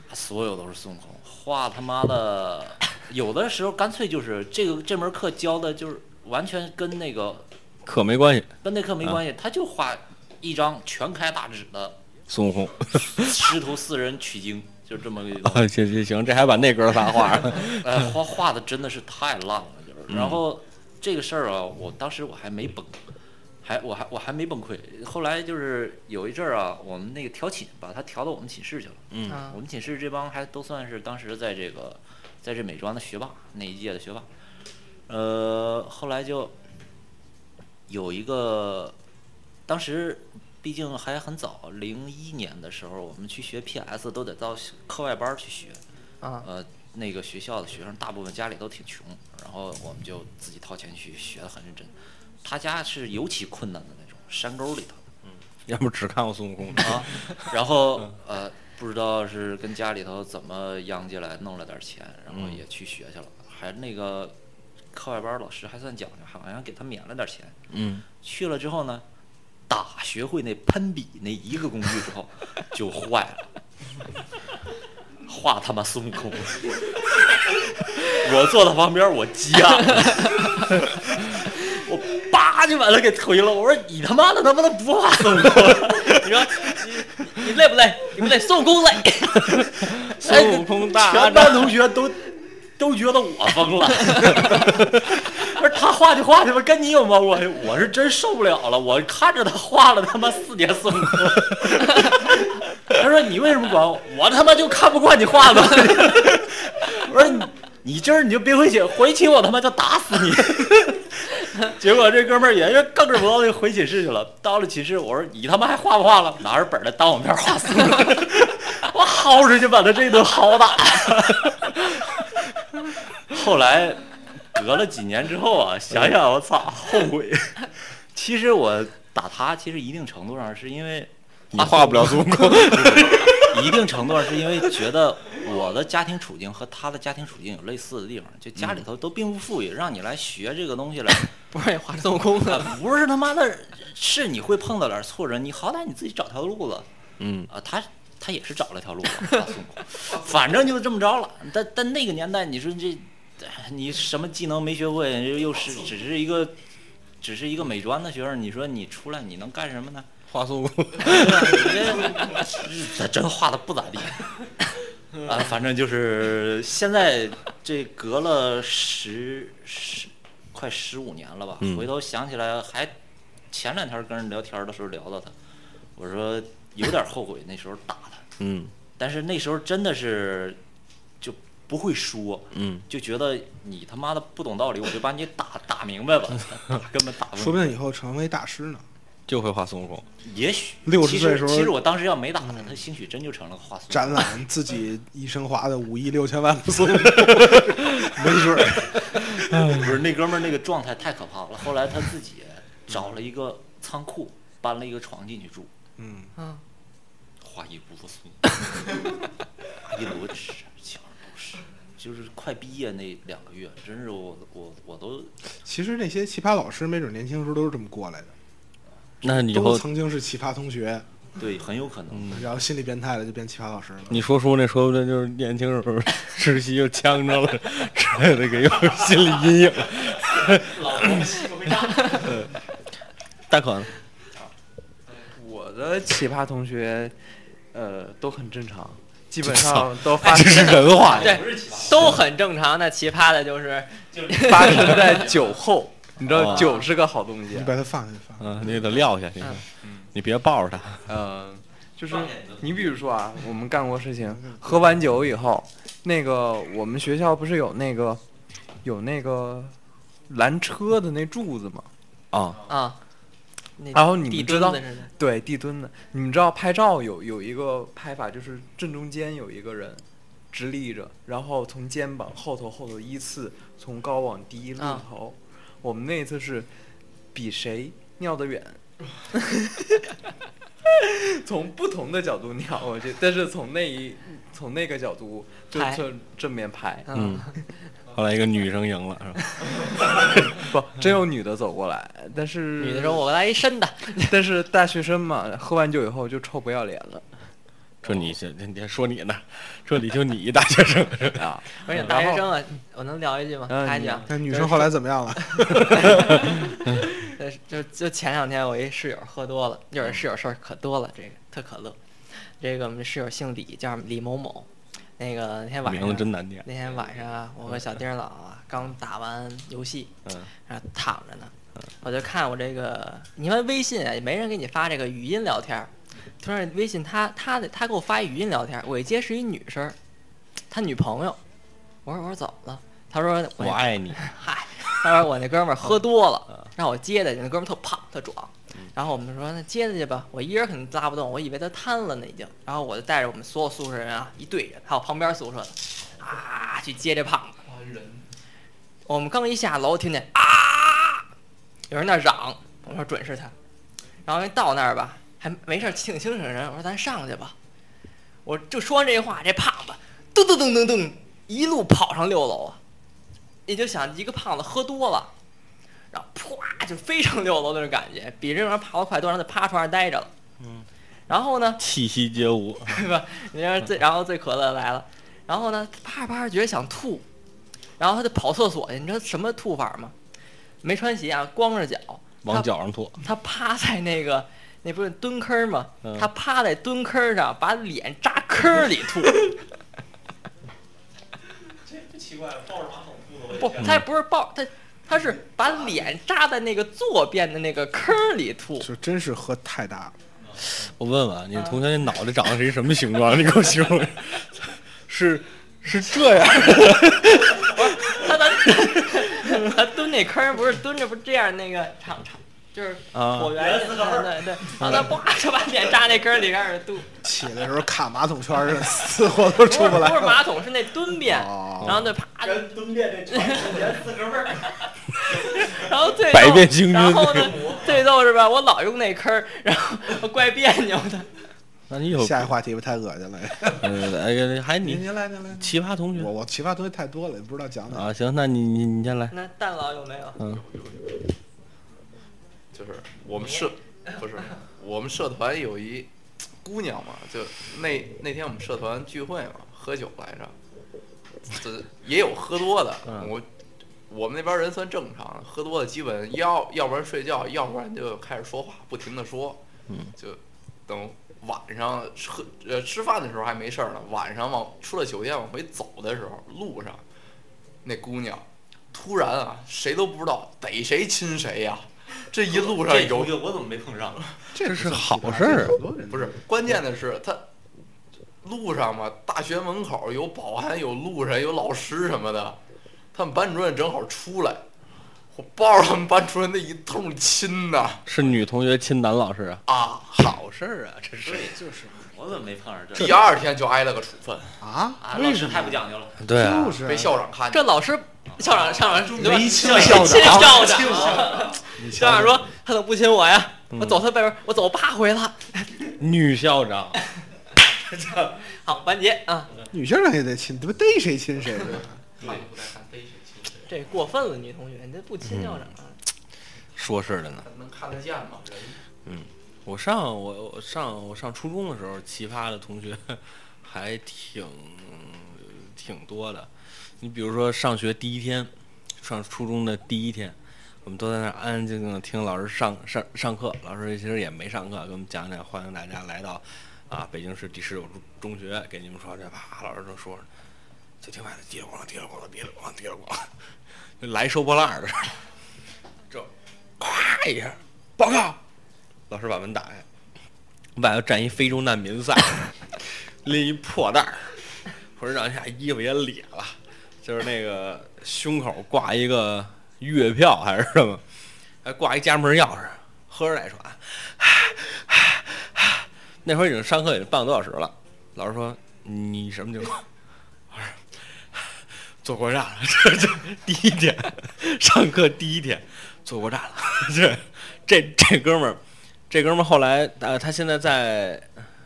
Speaker 3: 他所有都是孙悟空，画他妈的，有的时候干脆就是这个这门课教的就是完全跟那个
Speaker 2: 可没关系。
Speaker 3: 跟那课没关系，他就画一张全开大纸的
Speaker 2: 孙悟空
Speaker 3: 师徒四人取经，就这么个 东西。
Speaker 2: 啊，行行行，这还把那哥仨画上，
Speaker 3: 呃，画画的真的是太烂了，就是。然后这个事儿啊，我当时我还没崩，还我还我还没崩溃。后来就是有一阵儿啊，我们那个调寝，把他调到我们寝室去了。
Speaker 2: 嗯
Speaker 4: 啊
Speaker 3: 我们寝室这帮还都算是当时在这个在这美专的学霸那一届的学霸。呃，后来就有一个，当时毕竟还很早，零一年的时候，我们去学 PS 都得到课外班儿去学。
Speaker 4: 啊
Speaker 3: 呃，那个学校的学生大部分家里都挺穷，然后我们就自己掏钱去学的很认真。他家是尤其困难的那种，山沟里头。
Speaker 2: 要不只看过孙悟空。
Speaker 3: 啊，然后呃，不知道是跟家里头怎么央进来弄了点钱，然后也去学去了，还那个课外班老师还算讲究，好像给他免了点钱。
Speaker 2: 嗯，
Speaker 3: 去了之后呢，打学会那喷笔那一个工具之后就坏了，画他妈孙悟空。 我坐他旁边，我急了，我叭就把他给推了。我说你他妈的能不能不画孙悟空？
Speaker 4: 你说你你累不累？你不累，孙悟空 累。哎
Speaker 2: 孙悟空大
Speaker 3: 全班同学都都觉得我疯了。 不是他画就画去吧，跟你有毛关系？我是真受不了了，我看着他画了他妈四年孙悟空。他说你为什么管我？我他妈就看不惯你画的。 我说你你今儿你就别回寝，回寝我他妈就打死你。 结果这哥们儿也就更着脖子就回寝室去了。到了寝室，我说你他妈还画不画了？拿着本儿来当我面画孙悟空。 我薅出去把他这顿薅打。后来隔了几年之后啊，想想我操，后悔。其实我打他，其实一定程度上是因为
Speaker 2: 你画不了孙悟空。
Speaker 3: 一定程度上是因为觉得我的家庭处境和他的家庭处境有类似的地方，就家里头都并不富裕，让你来学这个东西来，啊
Speaker 4: 不是也画孙悟空的吗？
Speaker 3: 不是他妈的，是你会碰到点错人，你好歹你自己找条路子。
Speaker 2: 嗯，
Speaker 3: 啊，他他也是找了条路啊，孙悟空，反正就这么着了。但但那个年代，你说这你什么技能没学会，又是只是一个只是一个美专的学生，你说你出来你能干什么呢？
Speaker 2: 画孙悟空。
Speaker 3: 这真画的不咋地。 啊，反正就是现在这隔了十十快十五年了吧，
Speaker 2: 嗯
Speaker 3: 回头想起来还前两天跟人聊天的时候聊到他，我说有点后悔那时候打他，
Speaker 2: 嗯
Speaker 3: 但是那时候真的是就不会说，
Speaker 2: 嗯，
Speaker 3: 就觉得你他妈的不懂道理，我就把你打打明白 吧，打根本打不明白。
Speaker 5: 说不定以后成为大师呢。
Speaker 2: 就会画孙悟空。
Speaker 3: 也许
Speaker 5: 60
Speaker 3: 其
Speaker 5: 岁
Speaker 3: 实
Speaker 5: 时候
Speaker 3: 其实我当时要没打他，他兴许真就成了个画
Speaker 5: 展
Speaker 3: 孙。
Speaker 5: 览自己一生花的五亿六千万的孙悟空，没准儿嗯
Speaker 3: 不是那哥们儿那个状态太可怕了。后来他自己找了一个仓库，搬了一个床进去住，
Speaker 5: 嗯，
Speaker 4: 啊，
Speaker 3: 画一屋子 孙悟空，一摞纸，墙上都是。就是快毕业那两个月，真是我我我都
Speaker 5: 其实那些奇葩老师，没准年轻时候都是这么过来的，
Speaker 2: 那以
Speaker 5: 都
Speaker 2: 后
Speaker 5: 曾经是奇葩同学，
Speaker 3: 对很有可能。
Speaker 5: 然后心理变态了就变奇葩老师了。
Speaker 2: 你说书那说不定就是年轻时候 窒息又呛着了之类的，给有心理阴影。
Speaker 6: 老东西回答。
Speaker 2: 大可呢，
Speaker 7: 我的奇葩同学，呃，都很正常，基本上都 发
Speaker 2: 这是人话呀。
Speaker 4: 对，都很正常。那奇葩的就是
Speaker 7: 发生在酒后。你知
Speaker 2: 哦
Speaker 7: 道酒是个好东西
Speaker 5: 你，把它放下，放下。
Speaker 2: 嗯，你给他撂下，你看
Speaker 6: 嗯
Speaker 2: 你别抱着他。啊
Speaker 7: 嗯，就是你比如说啊，我们干过事情，喝完酒以后，那个我们学校不是有那个有那个拦车的那柱子吗？
Speaker 2: 啊，
Speaker 6: 嗯
Speaker 4: 啊，那
Speaker 7: 然后你
Speaker 4: 地
Speaker 7: 们
Speaker 4: 墩
Speaker 7: 知道
Speaker 4: 子似的
Speaker 7: 对，地墩的。你们知道拍照有有一个拍法，就是正中间有一个人直立着，然后从肩膀后头后头依次从高往低露
Speaker 4: 啊
Speaker 7: 头。我们那一次是比谁尿 得远，从不同的角度尿过去，但是从那一从那个角度就
Speaker 4: 拍
Speaker 7: 正正面拍。
Speaker 2: 嗯，后来一个女生赢了，是吧？
Speaker 7: 不，真有女的走过来，但
Speaker 4: 嗯
Speaker 7: 是
Speaker 4: 女的说：“我来一身的。
Speaker 7: 但是大学生嘛，喝完酒以后就臭不要脸了
Speaker 2: 说你这，你还说你呢，说你就你一大学生，
Speaker 7: 啊！”
Speaker 4: 而且大学生啊，我能聊一句吗？
Speaker 7: 嗯
Speaker 4: 插一
Speaker 7: 你
Speaker 4: 句啊，
Speaker 5: 那女生后来怎么样了？
Speaker 4: 呃，就就前两天我一室友喝多了，就是室友事儿可多了，这个特可乐。这个我们室友姓李，叫李某某。那个那天晚
Speaker 2: 名字
Speaker 4: 上，
Speaker 2: 真难念。
Speaker 4: 那天晚上啊，我和小丁儿老啊刚打完游戏，
Speaker 2: 嗯，
Speaker 4: 然后躺着呢，我就看我这个，你看微信啊，也没人给你发这个语音聊天儿，突然微信他他的他给我发一语音聊天儿，我一接是一女生儿，他女朋友，我说我说怎么了？他说
Speaker 2: 我
Speaker 4: 那
Speaker 2: 爱你，
Speaker 4: 嗨，他说我那哥们儿喝多了，让我接他去。那哥们儿特胖特壮，然后我们说那接他去吧，我一人肯定拉不动，我以为他瘫了呢已经。然后我就带着我们所有宿舍人啊，一队人，还有旁边宿舍的，啊，去接这胖子。我们刚一下楼，听见啊，有人那儿嚷，我说准是他。然后一到那儿吧，还没事儿挺精神的人，我说咱上去吧。我就说完这话，这胖子噔噔噔噔噔一路跑上六楼啊。也就想一个胖子喝多了，然后啪就飞上六楼那种感觉，比正常爬得快多，然后就趴床上待着了。嗯，然后呢，
Speaker 2: 气息皆无。
Speaker 4: 对吧？你看
Speaker 2: 嗯
Speaker 4: 最然后最可乐的来了，然后呢，啪着啪着觉得想吐，然后他就跑厕所去，你知道什么吐法吗？没穿鞋啊，光着脚，
Speaker 2: 往脚上吐，
Speaker 4: 他趴在那个那不是蹲坑儿吗
Speaker 2: 嗯？
Speaker 4: 他趴在蹲坑儿上，把脸扎坑儿里 吐。这不奇怪，抱着马桶吐的。不，他不是抱他，他是把脸扎在那个坐便的那个坑儿里吐。
Speaker 5: 就真是喝太大了。
Speaker 2: 我问啊问你，同学，你脑袋长得是一什么形状？你给我形容一下， 是是这样？
Speaker 4: 他他他蹲那坑儿不是蹲着不是这样那个长长。就是
Speaker 2: 啊
Speaker 4: 椭圆形的，对对，然后他叭就把脸扎那坑儿里开始吐，
Speaker 5: 起的时候卡马桶圈儿上，死活都 出不来
Speaker 4: 不是。马桶，是那蹲便，
Speaker 5: 哦
Speaker 4: 然后就啪就 然后最
Speaker 2: 百
Speaker 4: 逗
Speaker 2: 变星
Speaker 4: 然
Speaker 2: 君
Speaker 4: 后呢，最逗是吧？我老用那坑儿，然后我怪别扭的。
Speaker 2: 那你有
Speaker 5: 下一话题吧，太恶心了。
Speaker 2: 呃，哎还
Speaker 5: 您
Speaker 2: 你
Speaker 5: 您来，您来。
Speaker 2: 奇葩同
Speaker 5: 我
Speaker 2: 学
Speaker 5: 我奇葩东西太多了，也不知道讲哪。
Speaker 2: 啊？行，那你你你先来。
Speaker 4: 那蛋老有没有？
Speaker 6: 嗯
Speaker 2: 嗯
Speaker 6: 就是我们社不是我们社团有一姑娘嘛，就那那天我们社团聚会嘛，喝酒来着，这也有喝多的，我我们那边人算正常，喝多的基本要要不然睡觉，要不然就开始说话，不停的说，嗯，就等晚上吃喝呃吃饭的时候还没事儿呢，晚上往出了酒店往回走的时候，路上那姑娘突然啊，谁都不知道逮谁亲谁呀、这一路上
Speaker 3: 这
Speaker 6: 有
Speaker 3: 同学我怎么没碰上？
Speaker 5: 这
Speaker 2: 是好事儿啊
Speaker 5: 啊
Speaker 6: 不是，关键的是他路上嘛，大学门口有保安，有路人，有老师什么的。他们班主任正好出来，我抱着他们班主任那一通亲呐
Speaker 2: 是女同学亲男老师啊？
Speaker 6: 啊！
Speaker 2: 好事儿啊，这是。
Speaker 3: 我怎么没碰上这？
Speaker 6: 第二天就挨了个处分，
Speaker 5: 啊，
Speaker 3: 啊，老师太不讲究了。
Speaker 2: 对啊
Speaker 5: 就，是啊
Speaker 6: 被校长看
Speaker 4: 这
Speaker 6: 见。
Speaker 4: 老师校长校长
Speaker 5: 没
Speaker 4: 亲
Speaker 5: 亲 校
Speaker 4: 亲
Speaker 5: 长，
Speaker 4: 校长，啊校长说他怎么不亲我呀？我走他背边，我走八回了。
Speaker 2: 女校长，
Speaker 4: 好，完结啊！
Speaker 5: 女校长也得亲，对不逮谁亲谁对吧
Speaker 4: 这过分了，女同学，你这不亲校长啊？
Speaker 2: 说事儿的呢。
Speaker 6: 能看得见吗？人
Speaker 2: 我上我我上我上初中的时候，奇葩的同学 还挺挺多的。你比如说上学第一天，上初中的第一天，我们都在那儿安安静静的听老师上上上课。老师其实也没上课，给我们讲讲，欢迎大家来到啊北京市第十九中中学，给你们说这啪，老师正说着，就听外头滴了咣啷滴了咣啷滴了咣啷滴了咣啷，就来收破烂儿的， 这咵一下，报告。老师把门打开，外头站一非洲难民在， 拎一破袋儿，或者让下衣服也裂了，就是那个胸口挂一个月票还是什么，还挂一家门钥匙，喝着奶说，啊那会儿已经上课已经半个多小时了，老师说你什么情况？ 我说坐过站了，这 这第一天上课第一天坐过站了， 这这这哥们儿。这哥们儿后来，呃，他现在在，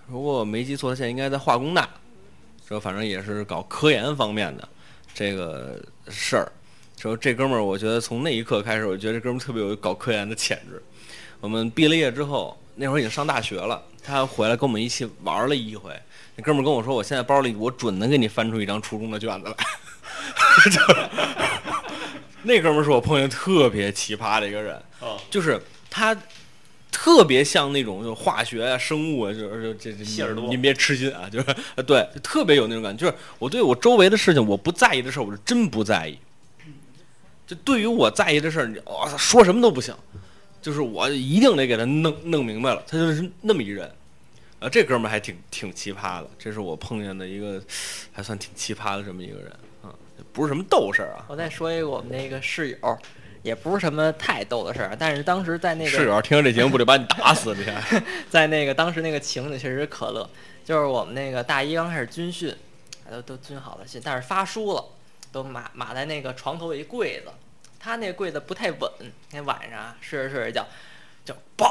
Speaker 2: 如果我没记错，他现在应该在化工大，这反正也是搞科研方面的。这个事儿，说这哥们儿，我觉得从那一刻开始，我觉得这哥们儿特别有搞科研的潜质。我们毕了业之后，那会儿已经上大学了，他还回来跟我们一起玩了一回。那哥们儿跟我说，我现在包里我准能给你翻出一张初中的卷子来。 就是那哥们儿是我碰见特别奇葩的一个人，
Speaker 3: 哦
Speaker 2: 就是他特别像那种就化学啊、生物啊，就是这这
Speaker 3: 谢耳朵
Speaker 2: 您别痴心啊，就是呃对，特别有那种感觉。就是我对我周围的事情，我不在意的事儿，我是真不在意。就对于我在意的事儿，你我操、说什么都不行，就是我一定得给他弄弄明白了。他就是那么一人。啊，这哥们儿还挺挺奇葩的，这是我碰见的一个还算挺奇葩的这么一个人啊，不是什么斗事儿啊。
Speaker 4: 我再说一个我们那个室友，也不是什么太逗的事儿，啊但是当时在那个
Speaker 2: 室友听着这节目不得把你打死？你看，
Speaker 4: 在那个当时那个情景确实可乐，就是我们那个大一刚开始军训，哎都都军好了训，但是发书了，都码码在那个床头有一柜子，他那柜子不太稳，那晚上啊睡着睡着觉，就嘣，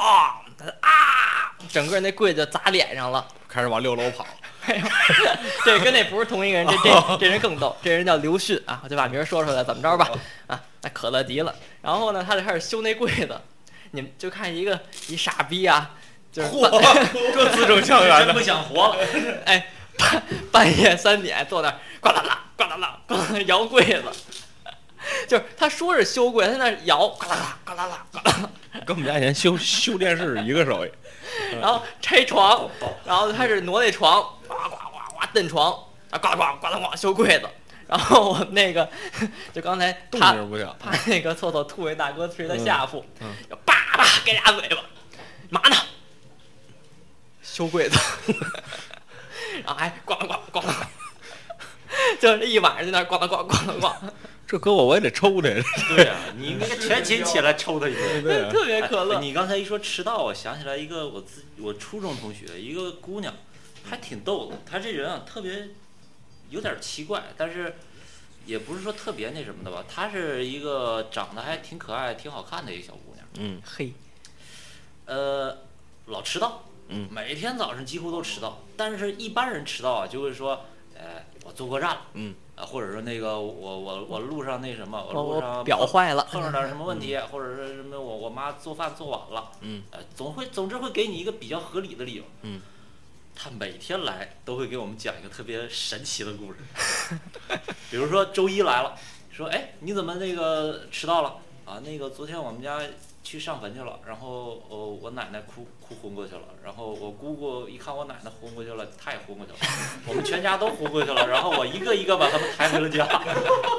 Speaker 4: 他就啊，整个那柜子就砸脸上了。
Speaker 2: 开始往六楼跑。
Speaker 4: 这跟那不是同一个人，这
Speaker 2: 哦
Speaker 4: 这这人更逗，这人叫刘迅啊，我就把名儿说出来，怎么着吧？
Speaker 2: 哦
Speaker 4: 啊，那可乐迪了。然后呢，他就开始修那柜子，你们就看一个一傻逼啊，就是
Speaker 2: 各自正向源
Speaker 3: 真不想活了。
Speaker 4: 哎，半半夜三点坐那儿，呱啦啦，呱啦啦，呱啦啦摇柜子， 就是他说是修柜，他在那儿摇，呱啦啦，呱啦啦，呱啦啦，
Speaker 2: 跟我们家以前修修电视是一个手艺。
Speaker 4: 然后拆床，
Speaker 2: 哦
Speaker 4: 然后开始挪那床，呱呱呱呱蹬床，啊呱啦呱啦呱啦呱啦修柜子，然后我们那个就刚才
Speaker 2: 动
Speaker 4: 他
Speaker 2: 静不小，
Speaker 4: 怕那个厕所吐那大哥推他下腹，就叭叭给俩嘴巴，嘛呢？修柜子， 然后还咣啷咣啷咣啷，就是一晚上在那儿咣啷咣啷咣啷咣
Speaker 2: 这搁我我也得抽他。
Speaker 3: 对呀、你应该全勤起来抽他一顿。
Speaker 2: 对
Speaker 4: 啷，特别可乐
Speaker 3: 哎。你刚才一说迟到，我想起来一个我自我初中同学，一个姑娘，还挺逗的。她这人啊，特别有点奇怪，但是也不是说特别那什么的吧。她是一个长得还挺可爱、挺好看的一个小姑娘，
Speaker 2: 嗯，
Speaker 4: 嘿，
Speaker 3: 呃，老迟到，
Speaker 2: 嗯
Speaker 3: 每天早上几乎都迟到。但是一般人迟到啊，就会说，呃，我坐过站了，
Speaker 2: 嗯，
Speaker 3: 啊，或者说那个我我我路上那什么，
Speaker 4: 哦我
Speaker 3: 路上
Speaker 4: 我表
Speaker 3: 碰
Speaker 4: 坏了，
Speaker 3: 碰上点什么问题，或者是什么我我妈做饭做晚了，
Speaker 2: 嗯，
Speaker 3: 呃，总会总之会给你一个比较合理的理由，
Speaker 2: 嗯，
Speaker 3: 他每天来都会给我们讲一个特别神奇的故事， 比如说周一来了，说哎你怎么那个迟到了啊？那个昨天我们家去上坟去了，然后呃我奶奶哭哭昏过去了，然后我姑姑一看我奶奶昏过去了，她也昏过去了，我们全家都昏过去了，然后我一个一个把他们抬回了家，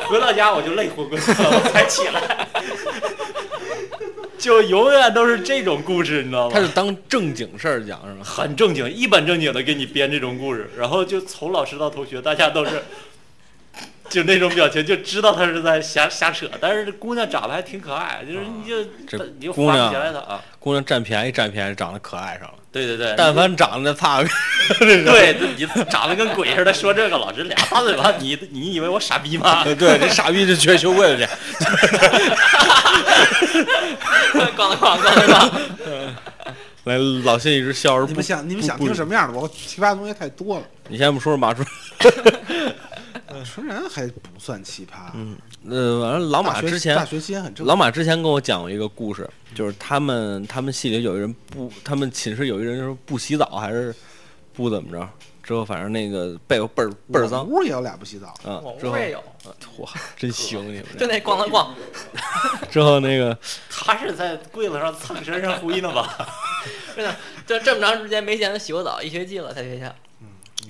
Speaker 3: 回到家我就累昏过去了，我才起来。 就永远都是这种故事，你知道 吗？
Speaker 2: 他是当正经事儿讲是吗？
Speaker 3: 很正经，一本正经的给你编这种故事，然后就从老师到同学，大家都是 就那种表情，就知道他是在瞎瞎扯。但是这姑娘长得还挺可爱，就是你就、
Speaker 2: 这
Speaker 3: 你就
Speaker 2: 姑
Speaker 3: 发
Speaker 2: 娘
Speaker 3: 不起来她啊。
Speaker 2: 姑娘占便宜占便宜，长得可爱上了。
Speaker 3: 对对对，
Speaker 2: 但凡长得差，
Speaker 3: 对你长得跟鬼似的，说这个老师俩大嘴巴，你你以为我傻逼 吗？
Speaker 2: 呃对 这傻逼就缺修柜子去。
Speaker 4: 咣啷咣啷咣啷咣啷。
Speaker 2: 来，老谢一直笑而
Speaker 5: 你
Speaker 2: 不
Speaker 5: 们想你们想
Speaker 2: 不
Speaker 5: 听什么样的？我奇葩的东西太多了。
Speaker 2: 你先不说马叔，嗯
Speaker 5: 纯然还不算奇葩，
Speaker 2: 呃，完了老
Speaker 5: 大
Speaker 2: 马
Speaker 5: 学
Speaker 2: 之前
Speaker 5: 大学期间很正
Speaker 2: 老马之前跟我讲过一个故事，就是他们他们系里有一人不，他们寝室有一人说不洗澡还是不怎么着，之后反正那个被窝倍儿倍儿
Speaker 5: 我
Speaker 2: 脏
Speaker 5: 们屋也有俩不洗澡的，
Speaker 2: 啊
Speaker 4: 我，
Speaker 2: 之后
Speaker 4: 屋也有，
Speaker 2: 啊哇，真行你们这。
Speaker 4: 就那咣啷咣，
Speaker 2: 之后那个
Speaker 3: 他是在柜子上蹭身上灰呢吧？
Speaker 4: 真的，就这么长时间没见他洗过澡，一学期了才学校。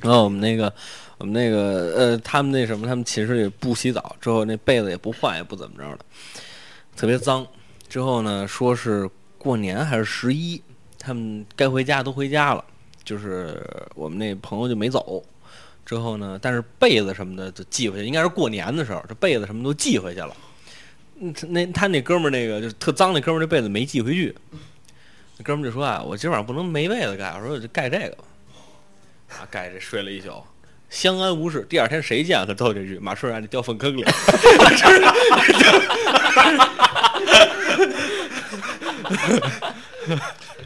Speaker 2: 然后我们那个我们那个呃，他们那什么，他们寝室也不洗澡，之后那被子也不换，也不怎么着的，特别脏。之后呢，说是过年还是十一，他们该回家都回家了，就是我们那朋友就没走。之后呢，但是被子什么的就寄回去，应该是过年的时候，这被子什么都寄回去了。嗯，他那他那哥们儿那个就是特脏，那哥们儿这被子没寄回去。那哥们儿就说啊，我今晚上不能没被子盖，我说我就盖这个吧。啊，盖着睡了一宿，相安无事。第二天谁见了他最后这句，马顺让你掉粪坑里。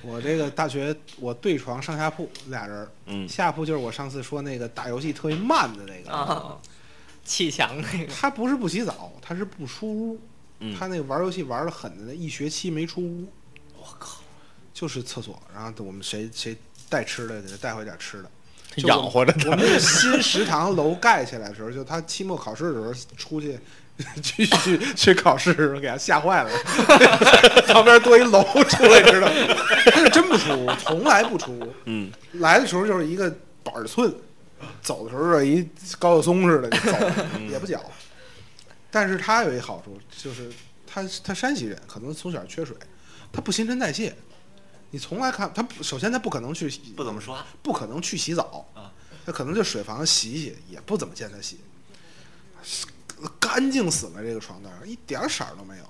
Speaker 5: 我这个大学我对床上下铺俩人儿，
Speaker 2: 嗯
Speaker 5: 哦下铺就是我上次说那个打游戏特别慢的那个，
Speaker 4: 啊砌墙 那个。
Speaker 5: 他不是不洗澡，他是不出屋。
Speaker 2: 嗯
Speaker 5: 他那个玩游戏玩的狠的，那一学期没出屋。我靠！就是厕所，然后我们谁谁带吃的，给他带回点吃的。就
Speaker 2: 养活着
Speaker 5: 我们那个新食堂楼盖起来的时候，就他期末考试的时候出去 去去去考试的时候，给他吓坏了，旁边多一楼出来，知道吗？他是真不出屋，从来不出屋。
Speaker 2: 嗯，
Speaker 5: 来的时候就是一个板儿寸，走的时候就是一高晓松似的就走，也不搅。但是他有一好处，就是他他山西人，可能从小缺水，他不新陈代谢。你从来看他不，首先他不可能去
Speaker 3: 不怎么刷，
Speaker 5: 不可能去洗澡
Speaker 3: 啊，
Speaker 5: 他可能就水房洗一洗，也不怎么见他洗，干净死了这个床单儿，一点儿色儿都没有。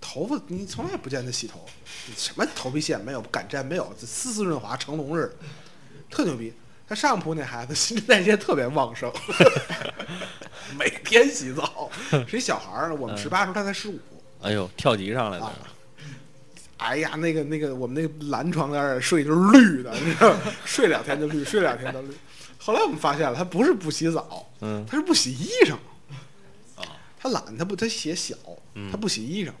Speaker 5: 头发你从来不见他洗头，什么头皮屑没有，敢蘸没有，丝丝润滑，成龙似的，特牛逼。他上铺那孩子 新陈代谢特别旺盛，每天洗澡，是一小孩儿，我们十八时候他才十五，
Speaker 2: 哎呦，跳级上来的
Speaker 5: 啊，哎呀，那个那个，我们那蓝床单儿睡就是绿的，你知道吗，睡两天就绿，睡两天就绿。后来我们发现了，他不是不洗澡，
Speaker 2: 嗯啊
Speaker 5: 他是不洗衣裳。他懒，他不，他鞋小，
Speaker 2: 嗯
Speaker 5: 他不洗衣裳，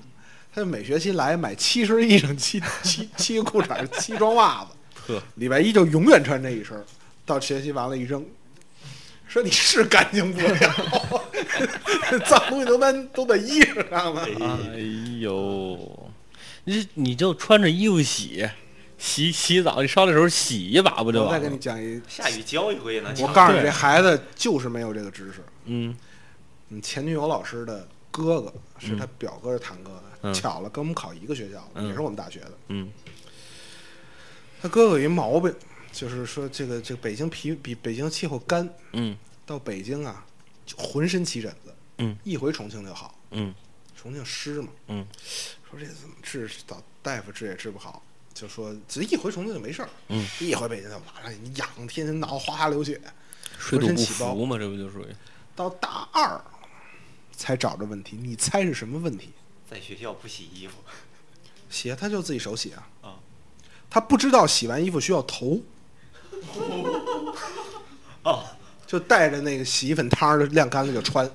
Speaker 5: 他就每学期来买七身衣裳，七七七个裤衩儿，七双袜子
Speaker 2: 呵，
Speaker 5: 礼拜一就永远穿这一身儿，到学习完了，一扔。说你是干 净不了，脏东西都在都在衣裳上了。
Speaker 2: 哎呦，你你就穿着衣服洗，洗洗澡，你烧的时候洗一把不就
Speaker 5: 我再
Speaker 2: 完
Speaker 5: 给你
Speaker 2: 了？
Speaker 5: 讲一
Speaker 3: 下雨浇一回呢。
Speaker 5: 我告诉你，
Speaker 2: 对
Speaker 5: 这孩子就是没有这个知识。
Speaker 2: 嗯，
Speaker 5: 嗯，前女友老师的哥哥是他表哥是堂哥的，
Speaker 2: 嗯
Speaker 5: 巧了跟我们考一个学校，
Speaker 2: 嗯
Speaker 5: 也是我们大学的。
Speaker 2: 嗯，
Speaker 5: 他哥哥有一毛病，就是说这个这个北京皮比北京气候干，
Speaker 2: 嗯，
Speaker 5: 到北京啊就浑身起疹子，
Speaker 2: 嗯，
Speaker 5: 一回重庆就好，
Speaker 2: 嗯，
Speaker 5: 重庆湿嘛，
Speaker 2: 嗯，
Speaker 5: 说这怎么治，找大夫治也治不好。就说只一回重庆就没事儿，
Speaker 2: 嗯，
Speaker 5: 一回北京就完了，你痒，天天挠，哗哗流血，
Speaker 2: 水土
Speaker 5: 浑身
Speaker 2: 不
Speaker 5: 起包
Speaker 2: 服嘛，这不就属于？
Speaker 5: 到大二才找着问题。你猜是什么问题？
Speaker 3: 在学校不洗衣服，
Speaker 5: 洗啊他就自己手洗啊。
Speaker 3: 啊
Speaker 5: 他不知道洗完衣服需要投。
Speaker 3: 哦，
Speaker 5: 就带着那个洗衣粉汤儿的晾干了就穿。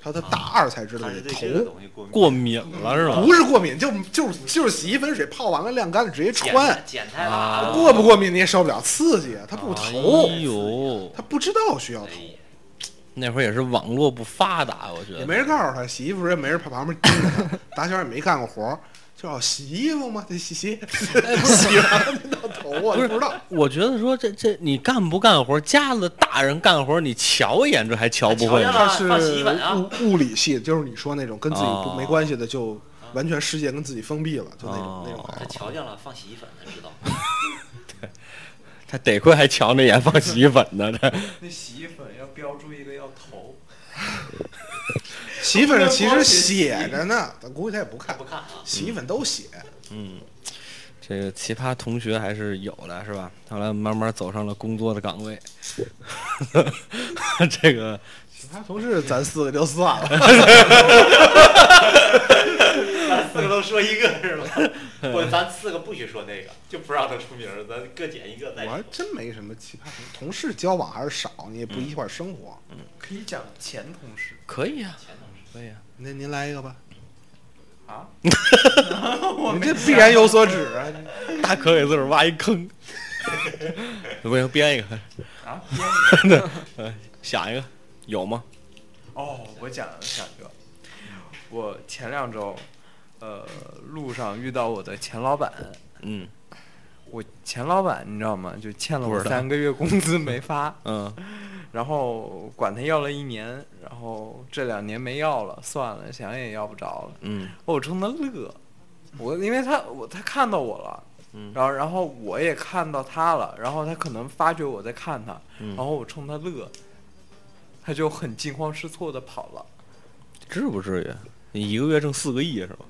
Speaker 5: 他说他大二才知道
Speaker 3: 啊他是
Speaker 5: 得
Speaker 3: 对
Speaker 5: 投
Speaker 3: 这，个东西过敏。
Speaker 2: 过敏了是吧？
Speaker 5: 不是过敏，就就是就是洗衣粉水泡完了晾干了直接
Speaker 3: 碱
Speaker 5: 穿。
Speaker 3: 碱太
Speaker 2: 啊
Speaker 3: 辣了。
Speaker 5: 过不过敏你也受不了刺激啊，他不投
Speaker 2: 哎，呦，
Speaker 5: 他不知道需要投
Speaker 3: 哎，呀
Speaker 2: 那会儿也是网络不发达，我觉
Speaker 5: 也
Speaker 2: 得
Speaker 5: 没人告诉他洗衣服，也没人跑旁边盯着他，打小也没干过活儿，就要洗衣服嘛，得洗
Speaker 3: 哎
Speaker 5: 洗，洗完了就到头啊，不知道。
Speaker 2: 我觉得说这这你干不干活，家里的大人干活，你瞧一眼这还瞧不会
Speaker 3: 瞧
Speaker 2: 呢
Speaker 3: 见了
Speaker 5: 它
Speaker 3: 啊
Speaker 5: 是
Speaker 3: 放洗衣粉啊
Speaker 5: 物物理系，就是你说那种跟自己不
Speaker 2: 哦
Speaker 5: 没关系的，就完全世界跟自己封闭了，就那种那种
Speaker 2: 哦
Speaker 5: 感
Speaker 3: 他
Speaker 5: 觉。
Speaker 3: 瞧见了，放洗衣粉，他知道。
Speaker 2: 他得亏还瞧那眼放洗衣粉呢，这
Speaker 7: 那洗衣粉要标注一个要头，
Speaker 5: 洗衣粉上其实写着呢，但估计他也不看
Speaker 3: 不，看啊，
Speaker 5: 洗衣粉都写。
Speaker 2: 这个奇葩同学还是有的，是吧？后来慢慢走上了工作的岗 位，这个
Speaker 5: 他同事咱四个就算了，
Speaker 3: 咱四个都说一个是吧？不，咱四个不许说那个，就不让他出名儿，咱各捡一个再
Speaker 5: 我还
Speaker 3: 说。
Speaker 5: 真没什么奇葩同事，交往还是少，你也不一块儿生活。
Speaker 3: 嗯
Speaker 7: 可以讲前同事
Speaker 2: 可以啊，可以啊。
Speaker 5: 那您来一个吧，
Speaker 7: 啊。
Speaker 5: 您这必然有所指啊。
Speaker 2: 大可给自个儿挖一坑，不行，编一个，
Speaker 7: 啊，编一个
Speaker 2: 想一个，有吗？
Speaker 7: 哦，我讲讲一个，我前两周，呃，路上遇到我的前老板，
Speaker 2: 嗯
Speaker 7: 我前老板你知道吗？就欠了
Speaker 2: 不
Speaker 7: 我
Speaker 2: 知道
Speaker 7: 三个月工资没发，
Speaker 2: 嗯
Speaker 7: 然后管他要了一年，然后这两年没要了，算了，想也要不着了。
Speaker 2: 嗯
Speaker 7: 我冲他乐，我因为他我他看到我了，
Speaker 2: 嗯
Speaker 7: 然后然后我也看到他了，然后他可能发觉我在看他，
Speaker 2: 嗯
Speaker 7: 然后我冲他乐，他就很惊慌失措的跑了。
Speaker 2: 至不至于，你一个月挣四个亿是吧？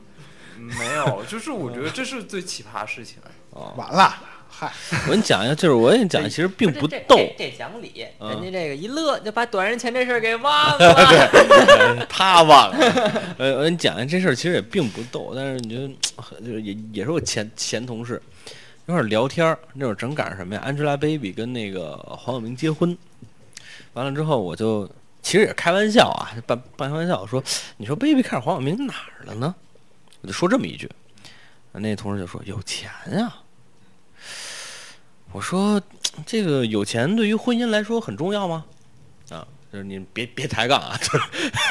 Speaker 7: 没有，就是我觉得这是最奇葩的事情。
Speaker 2: 哦，
Speaker 5: 完了，嗨，
Speaker 2: 我跟你讲一下，就是我跟你讲，其实并不
Speaker 4: 这这
Speaker 2: 逗，
Speaker 4: 这这讲理，
Speaker 2: 嗯
Speaker 4: 人家这个一乐就把短人钱这事儿给忘了。
Speaker 2: 他忘了。呃，我跟你讲一下这事儿，其实也并不逗，但是你觉得就是也也是我前前同事，那会儿聊天儿，那会儿正赶上什么呀？Angelababy 跟那个黄晓明结婚，完了之后我就其实也是开玩笑啊，半半开玩笑说，你说 baby 看黄晓明哪儿了呢？我就说这么一句，那同事就说有钱呀、我说这个有钱对于婚姻来说很重要吗？啊，就是你别别抬杠啊，就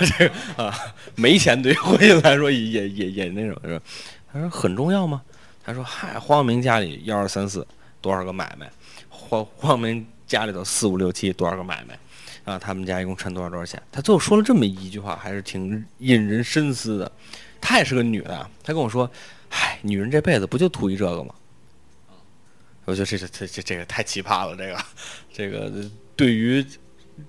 Speaker 2: 是这个啊，没钱对于婚姻来说也也也也那什么是吧？他说很重要吗？他说嗨，黄晓明家里幺二三四多少个买卖，黄黄晓明家里头四五六七多少个买卖。啊，他们家一共趁多少多少钱？他最后说了这么一句话，还是挺引人深思的。她也是个女的啊，她跟我说：“唉，女人这辈子不就图一这个吗？”我觉得这这这这这个太奇葩了，这个这个对于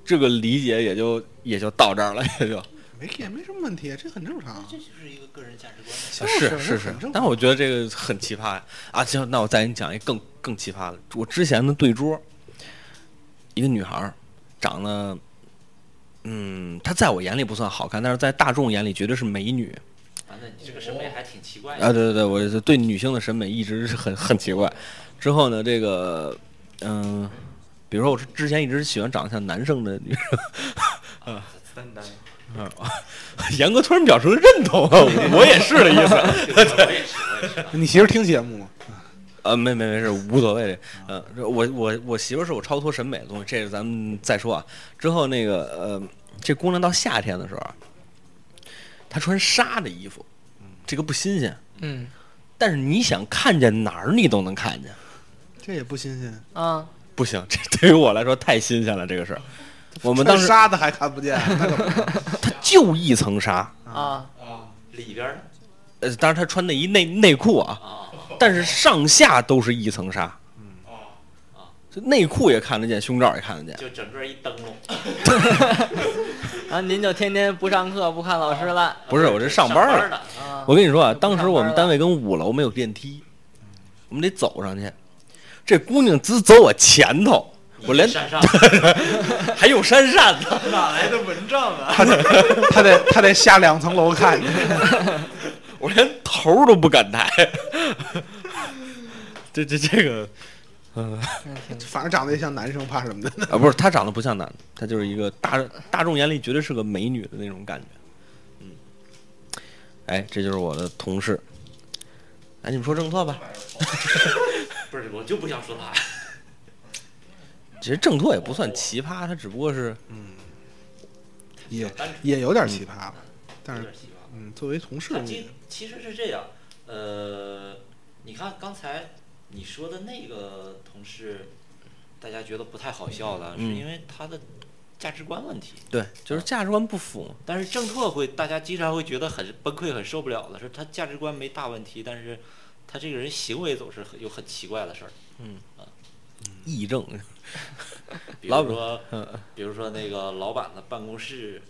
Speaker 2: 这个理解也就也就到这儿了，也就
Speaker 5: 没也没什么问题，这很正常。
Speaker 8: 这就是一个个人价值观的
Speaker 5: 就是是
Speaker 2: 是
Speaker 5: 很正常
Speaker 2: 但我觉得这个很奇葩啊！行，那我再给你讲一个更更奇葩的。我之前的对桌，一个女孩儿，长得，嗯，她在我眼里不算好看，但是在大众眼里绝对是美女。
Speaker 3: 啊，那你这个审美还挺奇怪的。
Speaker 2: 啊，对对对，我是对女性的审美一直是很很奇怪。之后呢，这个，嗯、比如说我是之前一直喜欢长得像男生的女 生，
Speaker 7: 三单
Speaker 2: 严哥突然表示了认同 啊，我也是的意思。
Speaker 3: 我也是，我也是。
Speaker 5: 你媳妇儿听节目吗？
Speaker 2: 啊，没没没事，无所谓。嗯、呃，我我我媳妇儿是我超脱审美的东西，这是咱们再说啊。之后那个呃，这姑娘到夏天的时候啊，她穿纱的衣服，这个不新鲜，
Speaker 4: 嗯
Speaker 2: 但是你想看见哪儿你都能看见。
Speaker 5: 这也不新鲜。
Speaker 4: 啊，
Speaker 2: 不行，这对于我来说太新鲜了，这个事儿。我们当时
Speaker 5: 杀的还看不 见，那可不
Speaker 2: 她就一层纱，
Speaker 4: 啊，
Speaker 3: 里边儿
Speaker 2: 呃，当然她穿的一内内裤啊，
Speaker 3: 啊，
Speaker 2: 但是上下都是一层纱。就内裤也看得见，胸罩也看得见。
Speaker 3: 就整个一灯笼。
Speaker 4: 然后啊您就天天不上课不看老师了
Speaker 2: 不是，我这上
Speaker 3: 上
Speaker 2: 班儿了。
Speaker 3: 呢，
Speaker 4: 啊，
Speaker 2: 我跟你说啊，
Speaker 4: 就不
Speaker 2: 当时我
Speaker 4: 上班
Speaker 2: 们
Speaker 4: 了
Speaker 2: 单位跟五楼没有电梯，我们得走上去。这姑娘只走我前头，我连
Speaker 3: 山上
Speaker 2: 还有扇扇子，
Speaker 7: 哪来的蚊帐啊？
Speaker 5: 他得他得下两层楼 看去。
Speaker 2: 我连头儿都不敢抬。这这这个，呃，
Speaker 5: 反正长得也像男生，怕什么的呢？
Speaker 2: 啊，不是，她长得不像男的，她就是一个大大众眼里绝对是个美女的那种感觉。嗯，哎，这就是我的同事。哎，你们说正错吧？
Speaker 3: 不是，我就不想说他。
Speaker 2: 哎其实正错也不算奇葩，他只不过是
Speaker 5: 也也有点奇葩吧，但
Speaker 3: 有
Speaker 5: 是
Speaker 3: 点希望。
Speaker 5: 嗯，作为同事
Speaker 3: 他，其其实是这样，呃，你看刚才你说的那个同事，大家觉得不太好笑了，
Speaker 2: 嗯
Speaker 3: 是因为他的价值观问题。
Speaker 2: 对，就是价值观不符嘛。
Speaker 3: 但是郑拓会，大家经常会觉得很崩溃、很受不了的是，他价值观没大问题，但是他这个人行为总是很有很奇怪的事儿。
Speaker 2: 癔症，
Speaker 3: 比
Speaker 2: 老
Speaker 3: 如说，
Speaker 2: 嗯，
Speaker 3: 比如说那个老板的办公室，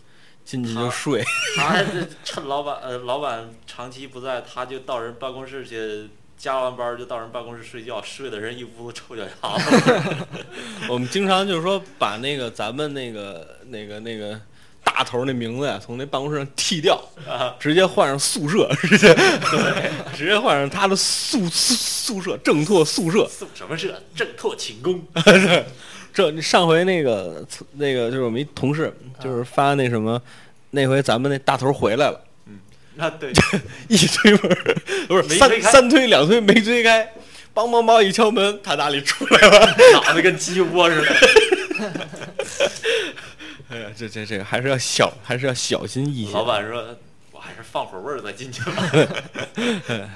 Speaker 2: 进去就
Speaker 3: 好
Speaker 2: 睡。
Speaker 3: 他这趁老板呃老板长期不在，他就到人办公室去，加完班儿就到人办公室睡觉，睡的人一屋子臭脚丫子。
Speaker 2: 我们经常就是说把那个咱们那个那个那个大头那名字呀、从那办公室上剃 掉，
Speaker 3: 啊
Speaker 2: 直接换上宿舍， 直接直接换上他的宿宿宿舍正拓宿舍。
Speaker 3: 送什么社？正拓寝 宫。
Speaker 2: 这你上回那个那个就是我们一同事就是发那什么，那回咱们那大头回来了。
Speaker 3: 啊，对，
Speaker 2: 一推门儿，不是
Speaker 3: 没
Speaker 2: 三
Speaker 3: 推开
Speaker 2: 三推两推没推开，梆梆梆一敲门，他哪里出来了？
Speaker 3: 脑袋跟鸡窝 似的。
Speaker 2: 哎呀，这这这还是要小，还是要小心翼啊些。
Speaker 3: 老，板说：“我还是放会儿味儿再进去吧。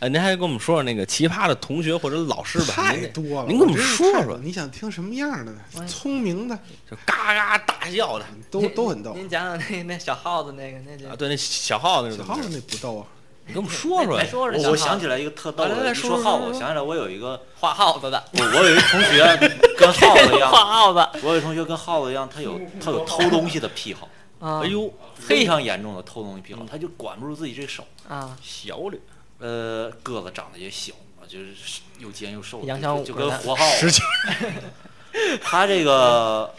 Speaker 2: 哎，您还给我们说说那个奇葩的同学或者老师吧？您
Speaker 5: 太
Speaker 2: 这
Speaker 5: 多了。
Speaker 2: 您给我们
Speaker 5: 真是
Speaker 2: 说
Speaker 5: 太
Speaker 2: 说
Speaker 5: 多你想听什么样的呢
Speaker 4: 我？也
Speaker 5: 聪明的
Speaker 2: 就嘎嘎大笑的
Speaker 5: 都都很逗。
Speaker 4: 您讲讲那那小耗子那个那
Speaker 2: 啊！
Speaker 4: 就
Speaker 2: 对，那小浩那是
Speaker 5: 嗯小
Speaker 2: 怎
Speaker 5: 浩
Speaker 2: 么回事？
Speaker 5: 那不逗啊，
Speaker 2: 你给我们说说
Speaker 4: 来
Speaker 2: 呀。
Speaker 4: 说”说
Speaker 3: 我我想起来一个特逗
Speaker 2: 来来
Speaker 3: 的，
Speaker 2: 来
Speaker 3: 一
Speaker 2: 说
Speaker 3: 说
Speaker 2: 说
Speaker 3: 耗
Speaker 2: 说
Speaker 3: 子，我
Speaker 2: 说
Speaker 3: 想起来我有一个，
Speaker 4: 画耗子的，
Speaker 3: 我我有一个同学跟耗子一样，
Speaker 4: 画耗子
Speaker 3: 我有一同学跟耗子一样，他有他有偷东西的癖好，
Speaker 4: 啊
Speaker 2: 哎呦，
Speaker 3: 非常严重的偷东西癖好，他就管不住自己这手，
Speaker 4: 啊，
Speaker 2: 小李
Speaker 3: 呃，个子长得也小啊，就是又尖又瘦，
Speaker 4: 杨小
Speaker 3: 就
Speaker 4: 五
Speaker 3: 就跟
Speaker 4: 呢
Speaker 3: 活耗
Speaker 2: 十
Speaker 3: 子。
Speaker 2: 九，
Speaker 3: 他这个，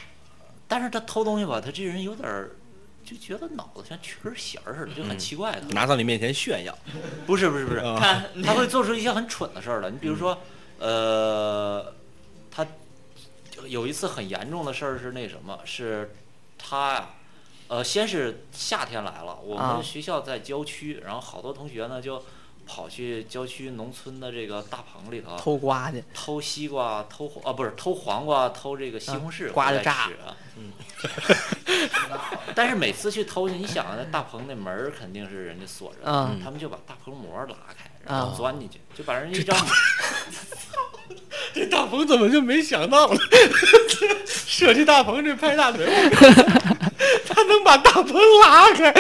Speaker 3: 但是他偷东西吧，他这人有点儿就觉得脑子像缺根弦儿似的，就很奇怪的。
Speaker 2: 拿到你面前炫耀，
Speaker 3: 不是不是不是，
Speaker 2: 啊
Speaker 4: 看
Speaker 3: 他会做出一些很蠢的事儿来。你比如说，呃，他有一次很严重的事儿是那什么，是他呀，呃，先是夏天来了，我
Speaker 4: 啊
Speaker 3: 们学校在郊区，然后好多同学呢就跑去郊区农村的这个大棚里头
Speaker 4: 偷瓜去，
Speaker 3: 偷西瓜、偷黄啊，不是偷黄瓜、偷这个西红柿、
Speaker 4: 瓜
Speaker 3: 回
Speaker 4: 子
Speaker 3: 来
Speaker 4: 榨
Speaker 3: 吃啊。嗯， 但是每次去偷去，你想那大棚那门儿肯定是人家锁着的，
Speaker 4: 嗯
Speaker 3: 他们就把大棚膜儿拉开，然
Speaker 4: 啊
Speaker 3: 后钻进去，就把人一 张
Speaker 2: 这大鹏怎么就没想到呢？ 舍弃大鹏这拍大 腿，他能把大鹏拉开。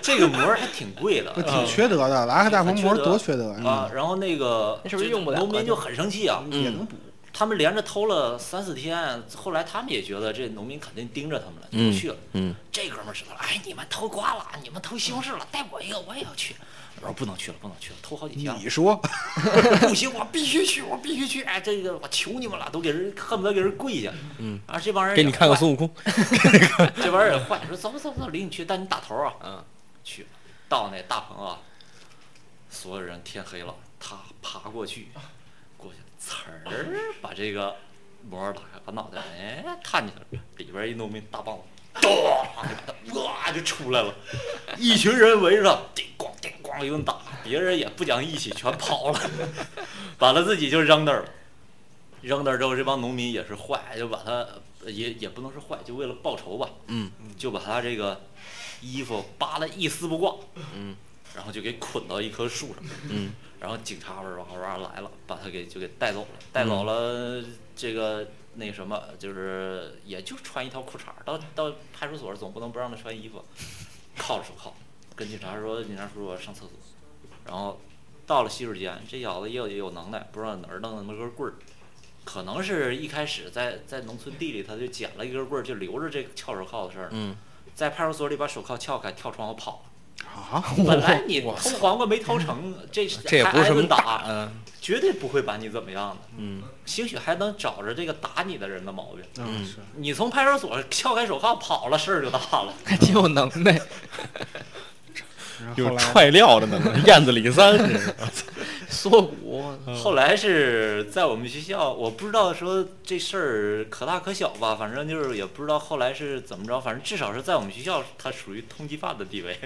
Speaker 3: 这个膜儿还挺贵的。
Speaker 5: 挺缺德的，拉开大棚膜
Speaker 3: 呃很缺德
Speaker 5: 多缺德呀！
Speaker 3: 啊，然后那个
Speaker 4: 那是不是
Speaker 3: 就
Speaker 4: 用不了
Speaker 3: 农
Speaker 4: 了
Speaker 3: 民
Speaker 4: 就嗯
Speaker 3: 就很生气啊，
Speaker 5: 也能补，
Speaker 3: 他们连着偷了三四天，后来他们也觉得这农民肯定盯着他们了，就不去了。
Speaker 2: 嗯，
Speaker 3: 这哥们儿知道了，哎，你们偷瓜了，你们偷西红柿了，带我一个，我也要去。我说不能去了，不能去了，偷好几天了
Speaker 5: 你，说
Speaker 3: 不行，我必须去，我必须去，哎，这个我求你们了，都给人恨不得给人跪下。嗯，啊，这帮人
Speaker 2: 给
Speaker 3: 也
Speaker 2: 你看看
Speaker 3: 坏
Speaker 2: 孙悟空。
Speaker 5: 嗯
Speaker 3: 这玩意儿也坏，说走吧走吧走吧，领你去，带你打头啊。嗯，去了，到那大棚啊，所有人天黑了，他爬过去，过去呲儿把这个膜儿打开，把脑袋哎探进去了，里边一农民大棒子。咚！哇，就出来了，一群人围着他，叮咣叮咣一顿打，别人也不讲义气，全跑了， 完了自己就扔那儿了。扔那儿之后，这帮农民也是坏，就把他也也不能说坏，就为了报仇吧，
Speaker 2: 嗯，
Speaker 3: 就把他这个衣服扒了一丝不挂，嗯，然后就给捆到一棵树上，
Speaker 2: 嗯，
Speaker 3: 然后警察哇哇哇来了，把他给就给带走了，带走了这个那什么，就是也就穿一条裤衩儿，到到派出所总不能不让他穿衣服，铐着手铐，跟警察说，警察叔叔我上厕所，然后到了洗手间，这小子也有也有能耐，不知道哪儿弄那么根棍儿，可能是一开始在在农村地里他就捡了一根棍儿，就留着这个撬手铐的事儿呢。
Speaker 2: 嗯
Speaker 3: 在派出所里把手铐撬开，跳窗户跑了。
Speaker 5: 啊，
Speaker 3: 本来你偷黄瓜没 偷成，这
Speaker 2: 这也
Speaker 3: 还
Speaker 2: 不是
Speaker 3: 挨
Speaker 2: 什么
Speaker 3: 顿
Speaker 2: 大，
Speaker 3: 打，
Speaker 2: 嗯
Speaker 3: 绝对不会把你怎么样的。
Speaker 2: 嗯，
Speaker 3: 兴许还能找着这个打你的人的毛病。
Speaker 5: 嗯是
Speaker 3: 你从派出所撬开手铐跑了，事儿就大了。
Speaker 4: 还挺有能耐。
Speaker 5: 然后
Speaker 2: 有
Speaker 5: 后来
Speaker 2: 踹料的 能耐，燕子李三这是。
Speaker 4: 缩骨，
Speaker 5: 嗯
Speaker 3: 后来是在我们学校，我不知道说这事儿可大可小吧，反正就是也不知道后来是怎么着，反正至少是在我们学校，他属于通缉犯的 地位。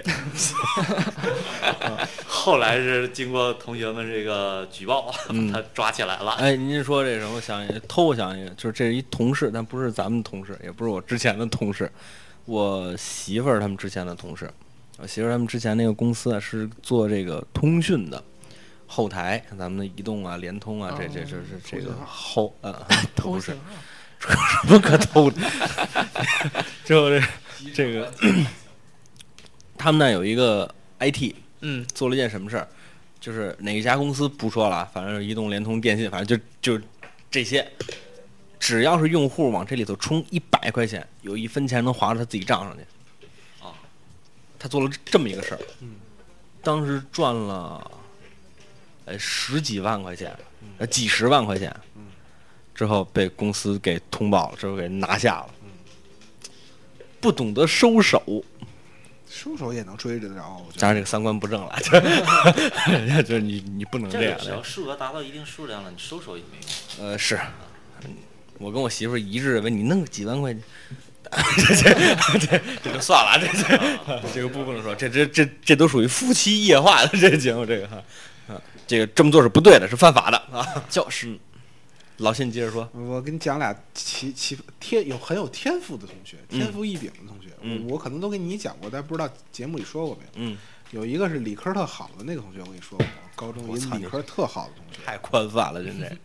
Speaker 3: 后来是经过同学们这个举报，
Speaker 2: 嗯
Speaker 3: 把他抓起来了。
Speaker 2: 哎，您说这什么？想起偷我想一个，就是这是一同事，但不是咱们同事，也不是我之前的同事，我媳妇儿他们之前的同事。我媳妇儿他们之前那个公司啊，是做这个通讯的后台，咱们的移动啊、联通啊，这这这这这个后呃，不是 什么可偷的。 之后这这个， 他们那儿有一个 IT，
Speaker 4: 嗯，
Speaker 2: 做了一件什么事儿，就是哪一家公司不说了啊，反正是移动、联通、电信，反正就就这些，只要是用户往这里头充一百块钱，有一分钱能划到他自己账上去。
Speaker 3: 啊，
Speaker 2: 他做了这么一个事儿，嗯，当时赚了，哎十几万块钱，
Speaker 3: 嗯
Speaker 2: 呃几十万块钱，嗯，之后被公司给通报了，之后给拿下了，
Speaker 3: 嗯
Speaker 2: 不懂得收手，
Speaker 5: 凶手也能追着得着，我觉
Speaker 2: 当然这个三观不正了， 就是就是你你不能
Speaker 3: 嗯这
Speaker 2: 这
Speaker 3: 个
Speaker 2: 样
Speaker 3: 只
Speaker 2: 的
Speaker 3: 要，数额达到一定数量了，你收手也没用。
Speaker 2: 呃，是，我跟我媳妇儿一致认为，你弄个几万块钱，这这这就算了啊，这 这这个不不能说，这这这这都属于夫妻夜话的这节目，这个哈，啊，这个这么做是不对的，是犯法的啊。就是，老谢，你接着说，
Speaker 5: 得。呃我跟你讲俩奇奇天有很有天赋的同学，天赋异禀的同学，
Speaker 2: 嗯
Speaker 5: 我我可能都跟你讲过，但不知道节目里说过没有。
Speaker 2: 嗯，
Speaker 5: 有一个是理科特好的那个同学，我跟你说过，高中有
Speaker 2: 我
Speaker 5: 一
Speaker 2: 操
Speaker 5: 理科特好的同学，
Speaker 2: 太宽泛了，真的，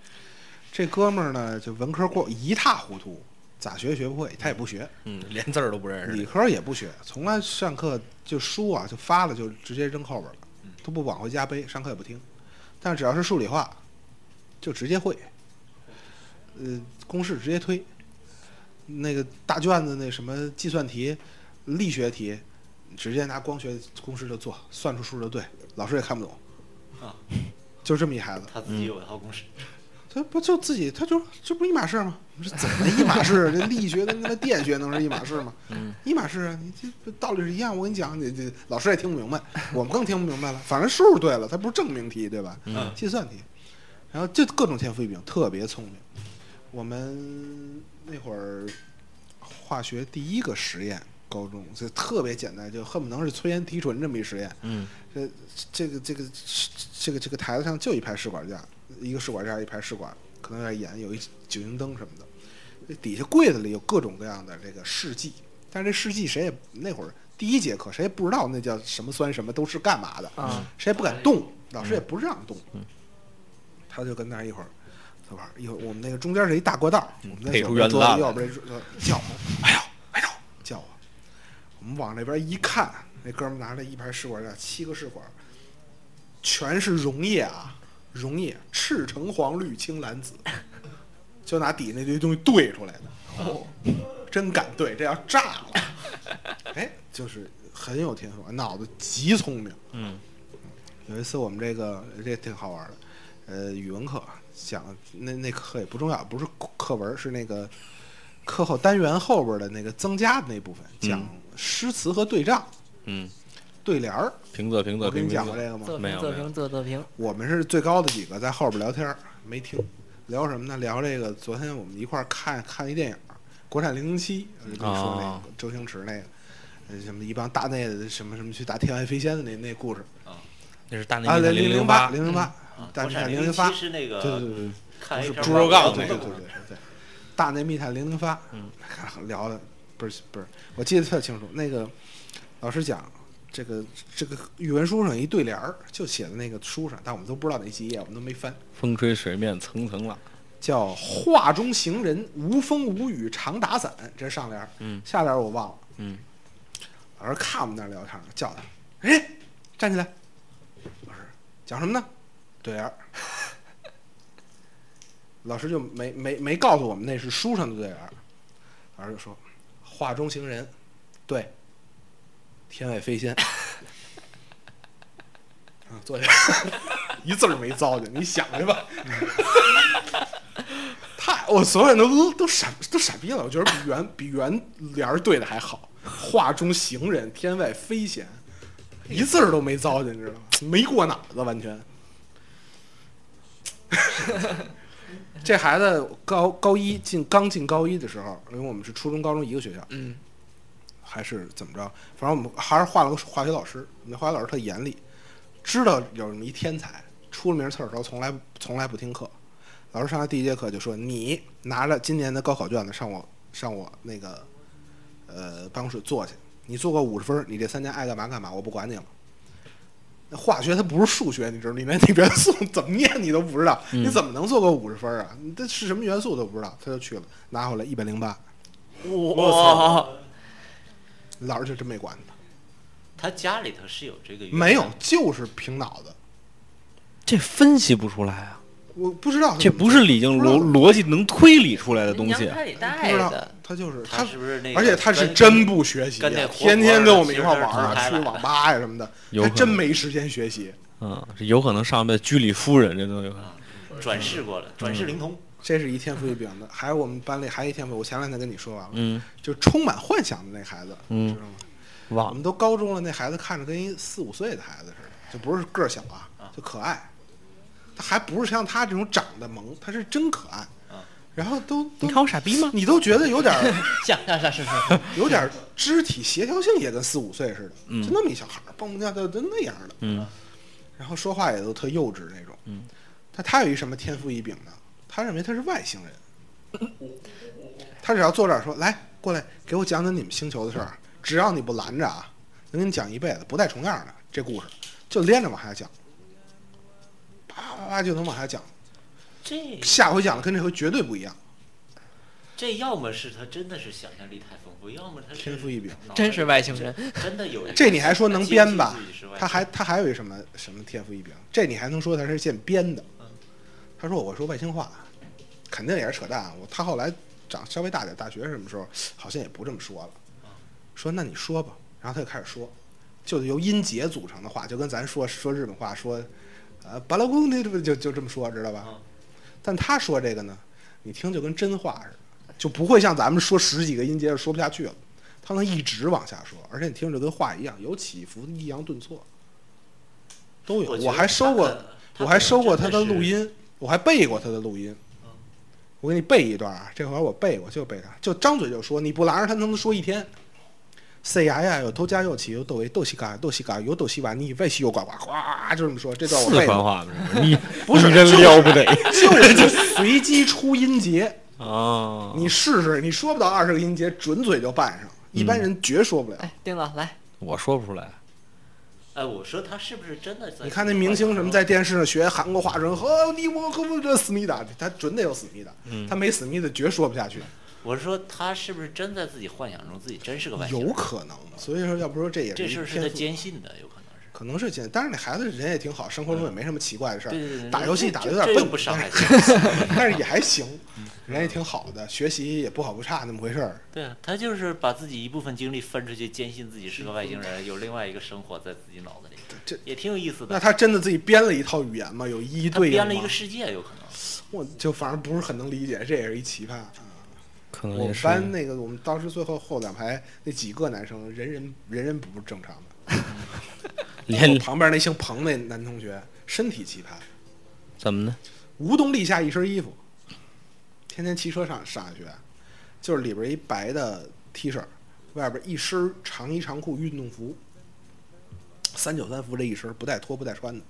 Speaker 5: 这哥们儿呢就文科过一塌糊涂，咋学学不会，他也不学，
Speaker 2: 嗯，连字儿都不认
Speaker 5: 理
Speaker 2: 识，
Speaker 5: 科也不学，从来上课就书啊就发了就直接扔后边了，
Speaker 2: 嗯
Speaker 5: 都不往回家背，上课也不听。但是只要是数理化，就直接会，呃，公式直接推，那个大卷子那什么计算题、力学题，直接拿光学公式就做，算出数就对，老师也看不懂。
Speaker 3: 啊，
Speaker 5: 就这么一孩子，
Speaker 3: 他自己有一套公式，
Speaker 5: 嗯他不就自己，他就这不一码事儿吗？这怎么一码事儿？这力学跟他妈电学能是一码事儿吗？一码事儿啊！你这不道理是一样。我跟你讲，你这老师也听不明白，我们更听不明白了。反正数是对了，它不是证明题对吧？
Speaker 3: 嗯
Speaker 5: 计算题，然后就各种天赋异禀，特别聪明。我们那会儿化学第一个实验，高中就特别简单，就恨不能是催盐提纯这么一实验。
Speaker 2: 嗯，
Speaker 5: 这这个这个这个这个台子上就一排试管架，一个试管架一排试管，可能有点盐，有一酒精灯什么的。这底下柜子里有各种各样的这个试剂，但是这试剂谁也那会儿第一节课谁也不知道那叫什么酸什么都是干嘛的，
Speaker 7: 啊，
Speaker 5: 谁也不敢动，
Speaker 2: 嗯
Speaker 5: 老师也不让动。他就跟那儿一会儿，他玩儿一会儿，我们那个中间是一大过道儿，我们那
Speaker 2: 配
Speaker 5: 左
Speaker 2: 出
Speaker 5: 边
Speaker 2: 院
Speaker 5: 坐
Speaker 2: 烂
Speaker 5: 右边呃叫我，哎呦哎呦叫我，我们往那边一看，那哥们儿拿着一排试管架，七个试管，全是溶液啊，溶液，赤橙黄绿青蓝紫，就拿底那堆东西兑出来的，真敢兑，这要炸了， 哎，就是很有天赋，脑子极聪明。
Speaker 2: 嗯，
Speaker 5: 有一次我们这个这挺好玩的，呃，语文课讲那那课也不重要，不是课文，是那个课后单元后边的那个增加的那部分，讲诗词和对仗、
Speaker 2: 嗯，
Speaker 5: 对联儿。
Speaker 2: 平仄平仄
Speaker 5: 我跟
Speaker 2: 平
Speaker 5: 你
Speaker 2: 平
Speaker 5: 讲过
Speaker 2: 仄，
Speaker 5: 这个吗？
Speaker 4: 仄
Speaker 2: 没
Speaker 4: 平
Speaker 2: 有
Speaker 4: 仄
Speaker 2: 没有
Speaker 4: 平仄仄平，
Speaker 5: 我们是最高的几个在后边聊天儿，没听聊什么呢？聊这个昨天我们一块儿看看一电影儿，国产零零七，我就跟你说那个
Speaker 2: 哦
Speaker 5: 周星驰那个，呃什么一帮大内的什么什么去打天外飞仙的那那故事
Speaker 2: 那是大内
Speaker 5: 啊，
Speaker 2: 密探
Speaker 5: 零
Speaker 2: 零
Speaker 5: 八嗯
Speaker 2: 八，
Speaker 5: 零零八
Speaker 3: 啊，
Speaker 5: 大
Speaker 3: 国
Speaker 5: 内密
Speaker 3: 产
Speaker 5: 探
Speaker 3: 零
Speaker 5: 零
Speaker 3: 零
Speaker 5: 零发
Speaker 3: 七，是那
Speaker 5: 对对
Speaker 3: 个
Speaker 5: 对对。
Speaker 3: 看
Speaker 5: 不是
Speaker 3: 一
Speaker 5: 猪
Speaker 3: 片
Speaker 2: 肉
Speaker 3: 报告
Speaker 2: 杠
Speaker 5: 对
Speaker 2: 那
Speaker 5: 对
Speaker 2: 个
Speaker 5: 对对对，大内密探零零发，嗯， 聊的不是不是，我记得特清楚。那个老师讲这个这个语文书上一对联儿，就写在那个书上，但我们都不知道哪几页，我们都没翻，
Speaker 2: 风吹水面层层浪，
Speaker 5: 叫“画中行人，无风无雨常打伞”，这是上联儿，
Speaker 2: 嗯
Speaker 5: 下联儿我忘了，
Speaker 2: 嗯，
Speaker 5: 老师看我们那儿聊天儿，叫他，哎，站起来，老师讲什么呢？对联儿。老师就没没没告诉我们那是书上的对联儿，老师就说：“画中行人，对，天外飞仙。” 啊，坐下， 一字儿没糟践，你想去吧。太，我所有人都都都傻都傻逼了，我觉得比原 比原联儿对的还好。画中行人，天外飞仙，一字儿都没糟践，你知道吗？没过脑子，完全。 这孩子高高一进刚进高一的时候，因为我们是初中高中一个学校，
Speaker 4: 嗯，
Speaker 5: 还是怎么着？反正我们还是换了个化学老师，我们的化学老师特严厉，知道有这么一天才，出了名刺儿头，从来从来不听课。老师上来第一节课就说：“你拿着今年的高考卷子上我上我那个呃办公室坐去，你做过五十分儿，你这三年爱干嘛干嘛，我不管你了。”那化学它不是数学，你知道，你连那元素 怎么念你都不知道，你怎么能做过五十分儿啊？你这是什么元素都不知道，他就去了，拿回来一百零八，
Speaker 4: 哇，
Speaker 5: 老师就真没管他。
Speaker 3: 他家里头是有这个原因
Speaker 5: 没有，就是凭脑子。
Speaker 2: 这分析不出来啊，
Speaker 5: 我不知道他
Speaker 2: 这
Speaker 5: 怎么
Speaker 2: 不是理性
Speaker 5: 不知道
Speaker 2: 逻逻辑能推理出来的东
Speaker 4: 娘
Speaker 2: 西。啊
Speaker 4: 胎里
Speaker 5: 不
Speaker 4: 带
Speaker 5: 知道
Speaker 4: 的，，
Speaker 5: 他就是
Speaker 3: 他是不是那个？
Speaker 5: 而且他是真不学习啊
Speaker 3: 跟那，活
Speaker 5: 天天跟我们一块
Speaker 3: 活
Speaker 5: 玩
Speaker 3: 儿的
Speaker 5: 啊，
Speaker 3: 其
Speaker 5: 去
Speaker 3: 实
Speaker 5: 网吧呀什么的，
Speaker 2: 有
Speaker 5: 他
Speaker 2: 可
Speaker 5: 真
Speaker 2: 能
Speaker 5: 没时间学习。
Speaker 2: 嗯，这有可能上辈子居里夫人这都有可能。
Speaker 3: 转世过
Speaker 4: 嗯
Speaker 3: 了，转世灵通。
Speaker 5: 这是一天赋异禀的，还有我们班里还有一天赋，我前两天跟你说完了，
Speaker 2: 嗯
Speaker 5: 就充满幻想的那孩子，知
Speaker 2: 嗯
Speaker 5: 道，吗？我
Speaker 2: 忘了
Speaker 5: 们都高中了，那孩子看着跟一四五岁的孩子似的，就不是个儿小啊，
Speaker 3: 嗯
Speaker 5: 就可爱。他还不是像他这种长得萌，他是真可爱
Speaker 3: 啊。
Speaker 5: 然后都都，
Speaker 2: 我傻逼吗？
Speaker 5: 你都觉得有点儿
Speaker 4: 像像像是是是，
Speaker 5: 有点肢体协调性也跟四五岁似的，
Speaker 2: 嗯
Speaker 5: 就那么一小孩儿，蹦蹦跳跳就那样的，
Speaker 2: 嗯
Speaker 5: 然后说话也都特幼稚那种。
Speaker 2: 嗯，
Speaker 5: 但他有一什么天赋异禀呢？他认为他是外星人，他只要坐这儿说来过来给我讲讲你们星球的事儿，只要你不拦着啊，能给你讲一辈子，不带重样的这故事，就连着往下讲，啪啪啪啪就能往下讲，
Speaker 3: 这
Speaker 5: 下回讲的跟这回绝对不一样，
Speaker 3: 这要么是他真的是想象力太丰富，要么他是
Speaker 5: 天赋异禀。
Speaker 3: 脑
Speaker 4: 真
Speaker 3: 子
Speaker 4: 是外星人，
Speaker 3: 真的有一个
Speaker 5: 这你还说能编吧
Speaker 3: 接近自己之外
Speaker 5: 他还他还有一什么什么天赋异禀，这你还能说他是现编的？他说我说外星话，肯定也是扯淡啊。我他后来长稍微大点，大学什么时候好像也不这么说了，说那你说吧，然后他就开始说，就是由音节组成的话，就跟咱说说日本话说，呃，巴拉公那这不就就这么说，知道吧
Speaker 3: 嗯？
Speaker 5: 但他说这个呢，你听就跟真话似的，就不会像咱们说十几个音节就说不下去了。他能一直往下说，而且你听着跟话一样，有起伏、抑扬顿挫，都有。
Speaker 3: 我觉
Speaker 5: 我
Speaker 3: 得
Speaker 5: 还收过
Speaker 3: 他可能，
Speaker 5: 我还收过他的
Speaker 3: 真
Speaker 5: 录
Speaker 3: 是
Speaker 5: 音，我还背过他的录音
Speaker 3: 嗯。
Speaker 5: 我给你背一段啊，这会儿我背，我就背它，就张嘴就说，你不拦着他能说一天。塞牙呀，有偷家有起有斗为斗西嘎斗西嘎有斗西瓦尼外西有呱呱呱，就这么说。这段我
Speaker 2: 四
Speaker 5: 背的
Speaker 2: 川话的， 你
Speaker 5: 不是
Speaker 2: 你真
Speaker 5: 就是
Speaker 2: 了不得
Speaker 5: 就是随机出音节，
Speaker 2: 啊！
Speaker 5: 你试试，你说不到二十个音节，准嘴就办上了，一般人绝说不了。
Speaker 4: 哎，丁老来，
Speaker 2: 我说不出来，
Speaker 3: 哎，我说他是不是真的在？
Speaker 5: 你看那明星什么在电视上学韩国话，说和你我和我这思密达，他准得有思密达，
Speaker 2: 嗯
Speaker 5: 他没思密达绝说不下去，
Speaker 3: 我是说他是不是真在自己幻想中自己真是个外星人？
Speaker 5: 有可能嘛。所以说，要不说这也
Speaker 3: 这事
Speaker 5: 是
Speaker 3: 儿
Speaker 5: 一
Speaker 3: 是他
Speaker 5: 天赋，
Speaker 3: 坚信的，有可能是。
Speaker 5: 可能是简单。但是那孩子人也挺好，生活中也没什么奇怪的事
Speaker 3: 嗯对对对，
Speaker 5: 儿，打游戏
Speaker 3: 这
Speaker 5: 打的有点
Speaker 3: 这又
Speaker 5: 笨，
Speaker 3: 不伤害
Speaker 5: 但
Speaker 3: 自己。
Speaker 5: 是 但是也还行，
Speaker 2: 嗯
Speaker 5: 人也挺好的，学习也不好不差那么回事儿。
Speaker 3: 对啊，他就是把自己一部分精力分出去，坚信自己是个外星人，有另外一个生活在自己脑子里，
Speaker 5: 嗯这
Speaker 3: 也挺有意思
Speaker 5: 那
Speaker 3: 的。
Speaker 5: 他真的自己编了一套语言吗？有一一
Speaker 3: 他
Speaker 5: 对应
Speaker 3: 编了
Speaker 5: 吗
Speaker 3: 一个世界，有可能。
Speaker 5: 我就反正不是很能理解，这也是一奇葩。
Speaker 2: 可能
Speaker 5: 我
Speaker 2: 嗯也
Speaker 5: 们
Speaker 2: 是。
Speaker 5: 班那个，我们当时最后后两排那几个男生，人人人人不是正常的。
Speaker 2: 连
Speaker 5: 我旁边那姓彭那男同学，身体奇葩，
Speaker 2: 怎么呢？
Speaker 5: 无冬立夏一身衣服，天天骑车上上下学，就是里边一白的 T 恤，外边一身长衣长裤运动服，三九三服这一身不带脱不带穿的，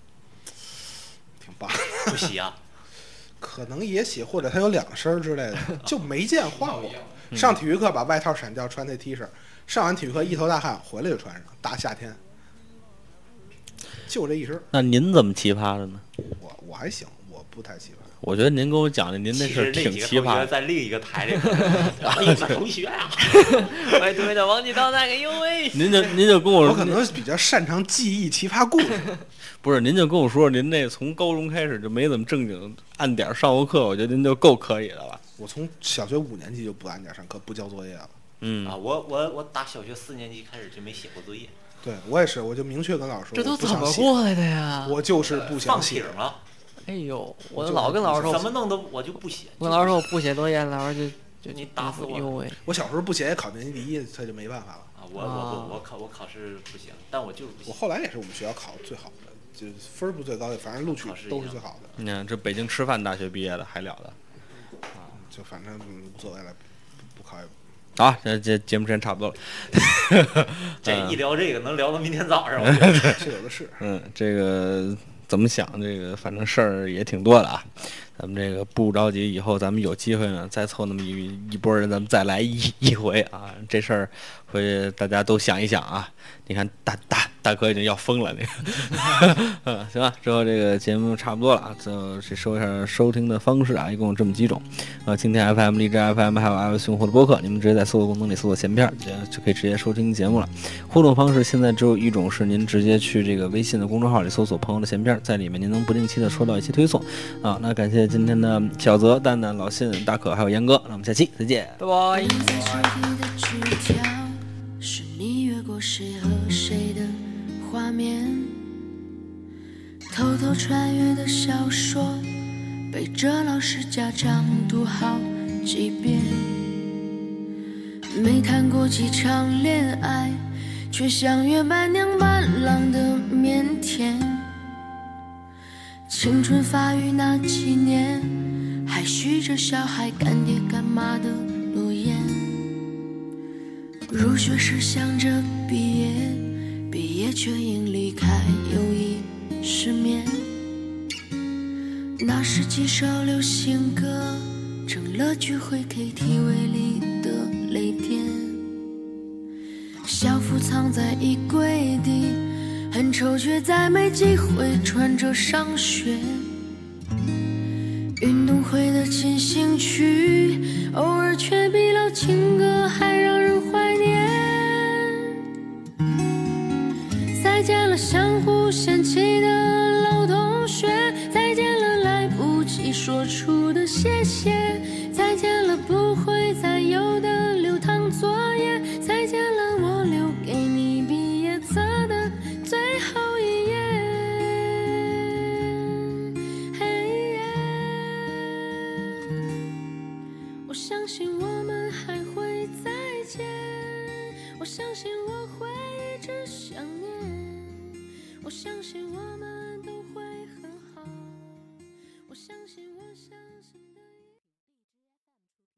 Speaker 5: 挺棒。
Speaker 3: 不洗啊，
Speaker 5: 可能也写，或者他有两身儿之类的，就没见换过。上体育课把外套闪掉，穿那 T 恤；上完体育课一头大汗，回来就穿上。大夏天，就这一身儿。
Speaker 2: 那您怎么奇葩的呢？
Speaker 5: 我我还行，我不太喜欢。
Speaker 2: 我觉得您给我讲的您那事
Speaker 3: 其实
Speaker 2: 儿
Speaker 3: 那
Speaker 2: 挺
Speaker 3: 几个
Speaker 2: 奇
Speaker 3: 同
Speaker 2: 葩
Speaker 3: 学
Speaker 2: 的。
Speaker 3: 在另一个台 里，哎呦，同学啊，
Speaker 4: 我也特别的忘记到那个，呦喂，
Speaker 2: 您就您就跟我
Speaker 5: 我
Speaker 2: 说，
Speaker 5: 可能比较擅长记忆奇葩故事，
Speaker 2: 不是您就跟我说，您那从高中开始就没怎么正经按点儿上过课，我觉得您就够可以的了。
Speaker 5: 我从小学五年级就不按点上课，不交作业了。
Speaker 2: 嗯
Speaker 3: 啊，，我我我打小学四年级开始就没写过作业，
Speaker 5: 对我也是，我就明确跟老师说，
Speaker 4: 这都
Speaker 5: 我不
Speaker 4: 怎
Speaker 5: 想
Speaker 4: 么
Speaker 5: 写？
Speaker 4: 过来的呀？
Speaker 5: 我就是不
Speaker 3: 放
Speaker 5: 想
Speaker 3: 挺
Speaker 5: 写。
Speaker 3: 了，
Speaker 4: 哎呦，
Speaker 5: 我
Speaker 4: 我
Speaker 5: 就
Speaker 4: 老
Speaker 5: 是
Speaker 4: 跟老师说，
Speaker 3: 怎么弄都我就不写。
Speaker 4: 我跟老师说我不写作业，老师就就
Speaker 3: 你打死我
Speaker 4: 呦喂，
Speaker 5: 我小时候不写也考年级第一，他就没办法了。
Speaker 3: 啊，我我不我考我考试不行，但我就是不
Speaker 5: 我
Speaker 3: 行。
Speaker 5: 后来也是我们学校考最好的，就是分儿不最高的，反正录取
Speaker 3: 考试一
Speaker 5: 都是
Speaker 3: 样
Speaker 5: 最好的。
Speaker 2: 你看这北京师范大学毕业的还了得。
Speaker 5: 就反正无所谓了，不不 考也
Speaker 2: 好，这这节目时间差不多了。
Speaker 5: 嗯
Speaker 3: 这哎一聊这个能聊到明天早上，我觉得
Speaker 5: 是有的是。
Speaker 2: 嗯，这个怎么想？这个反正事儿也挺多的啊。咱们这个不着急，以后咱们有机会呢，再凑那么一一波人，咱们再来一一回啊。这事儿回去大家都想一想啊。你看大大大哥已经要疯了，那个， 嗯，行吧。之后这个节目差不多了啊，就是说一下收听的方式啊，一共有这么几种。呃，蜻蜓 FM、荔枝 FM 还有 iOS 用户的播客，你们直接在搜索功能里搜索“闲片”，儿”，就就可以直接收听节目了。互动方式现在只有一种，是您直接去这个微信的公众号里搜索“朋友的闲篇”，在里面您能不定期的收到一期推送啊。那感谢今天的小泽、蛋蛋、老信、大可还有严哥，那我们下期再见。
Speaker 4: 拜拜
Speaker 8: 印。在抽屉的纸条，是你越过谁和谁的画面。偷偷穿越的小说，背着老师家长读好几遍。没谈过几场恋爱，却像约伴娘伴郎的腼腆。青春发育那几年。还许着小孩干爹干妈的诺言。入学时想着毕业，毕业却因离开友谊失眠。那时几首流行歌，成了聚会 KTV 里的泪点。校服藏在衣柜底，很丑却再没机会穿着上学。运动会的进行曲，偶尔却比老情歌还让人怀念。再见了相互嫌弃的老同学，再见了来不及说出的谢谢，再见了不会再有的留堂作业，再见了我留给你毕业册的最后一页。嘿耶我相信我们还会再见，我相信我会。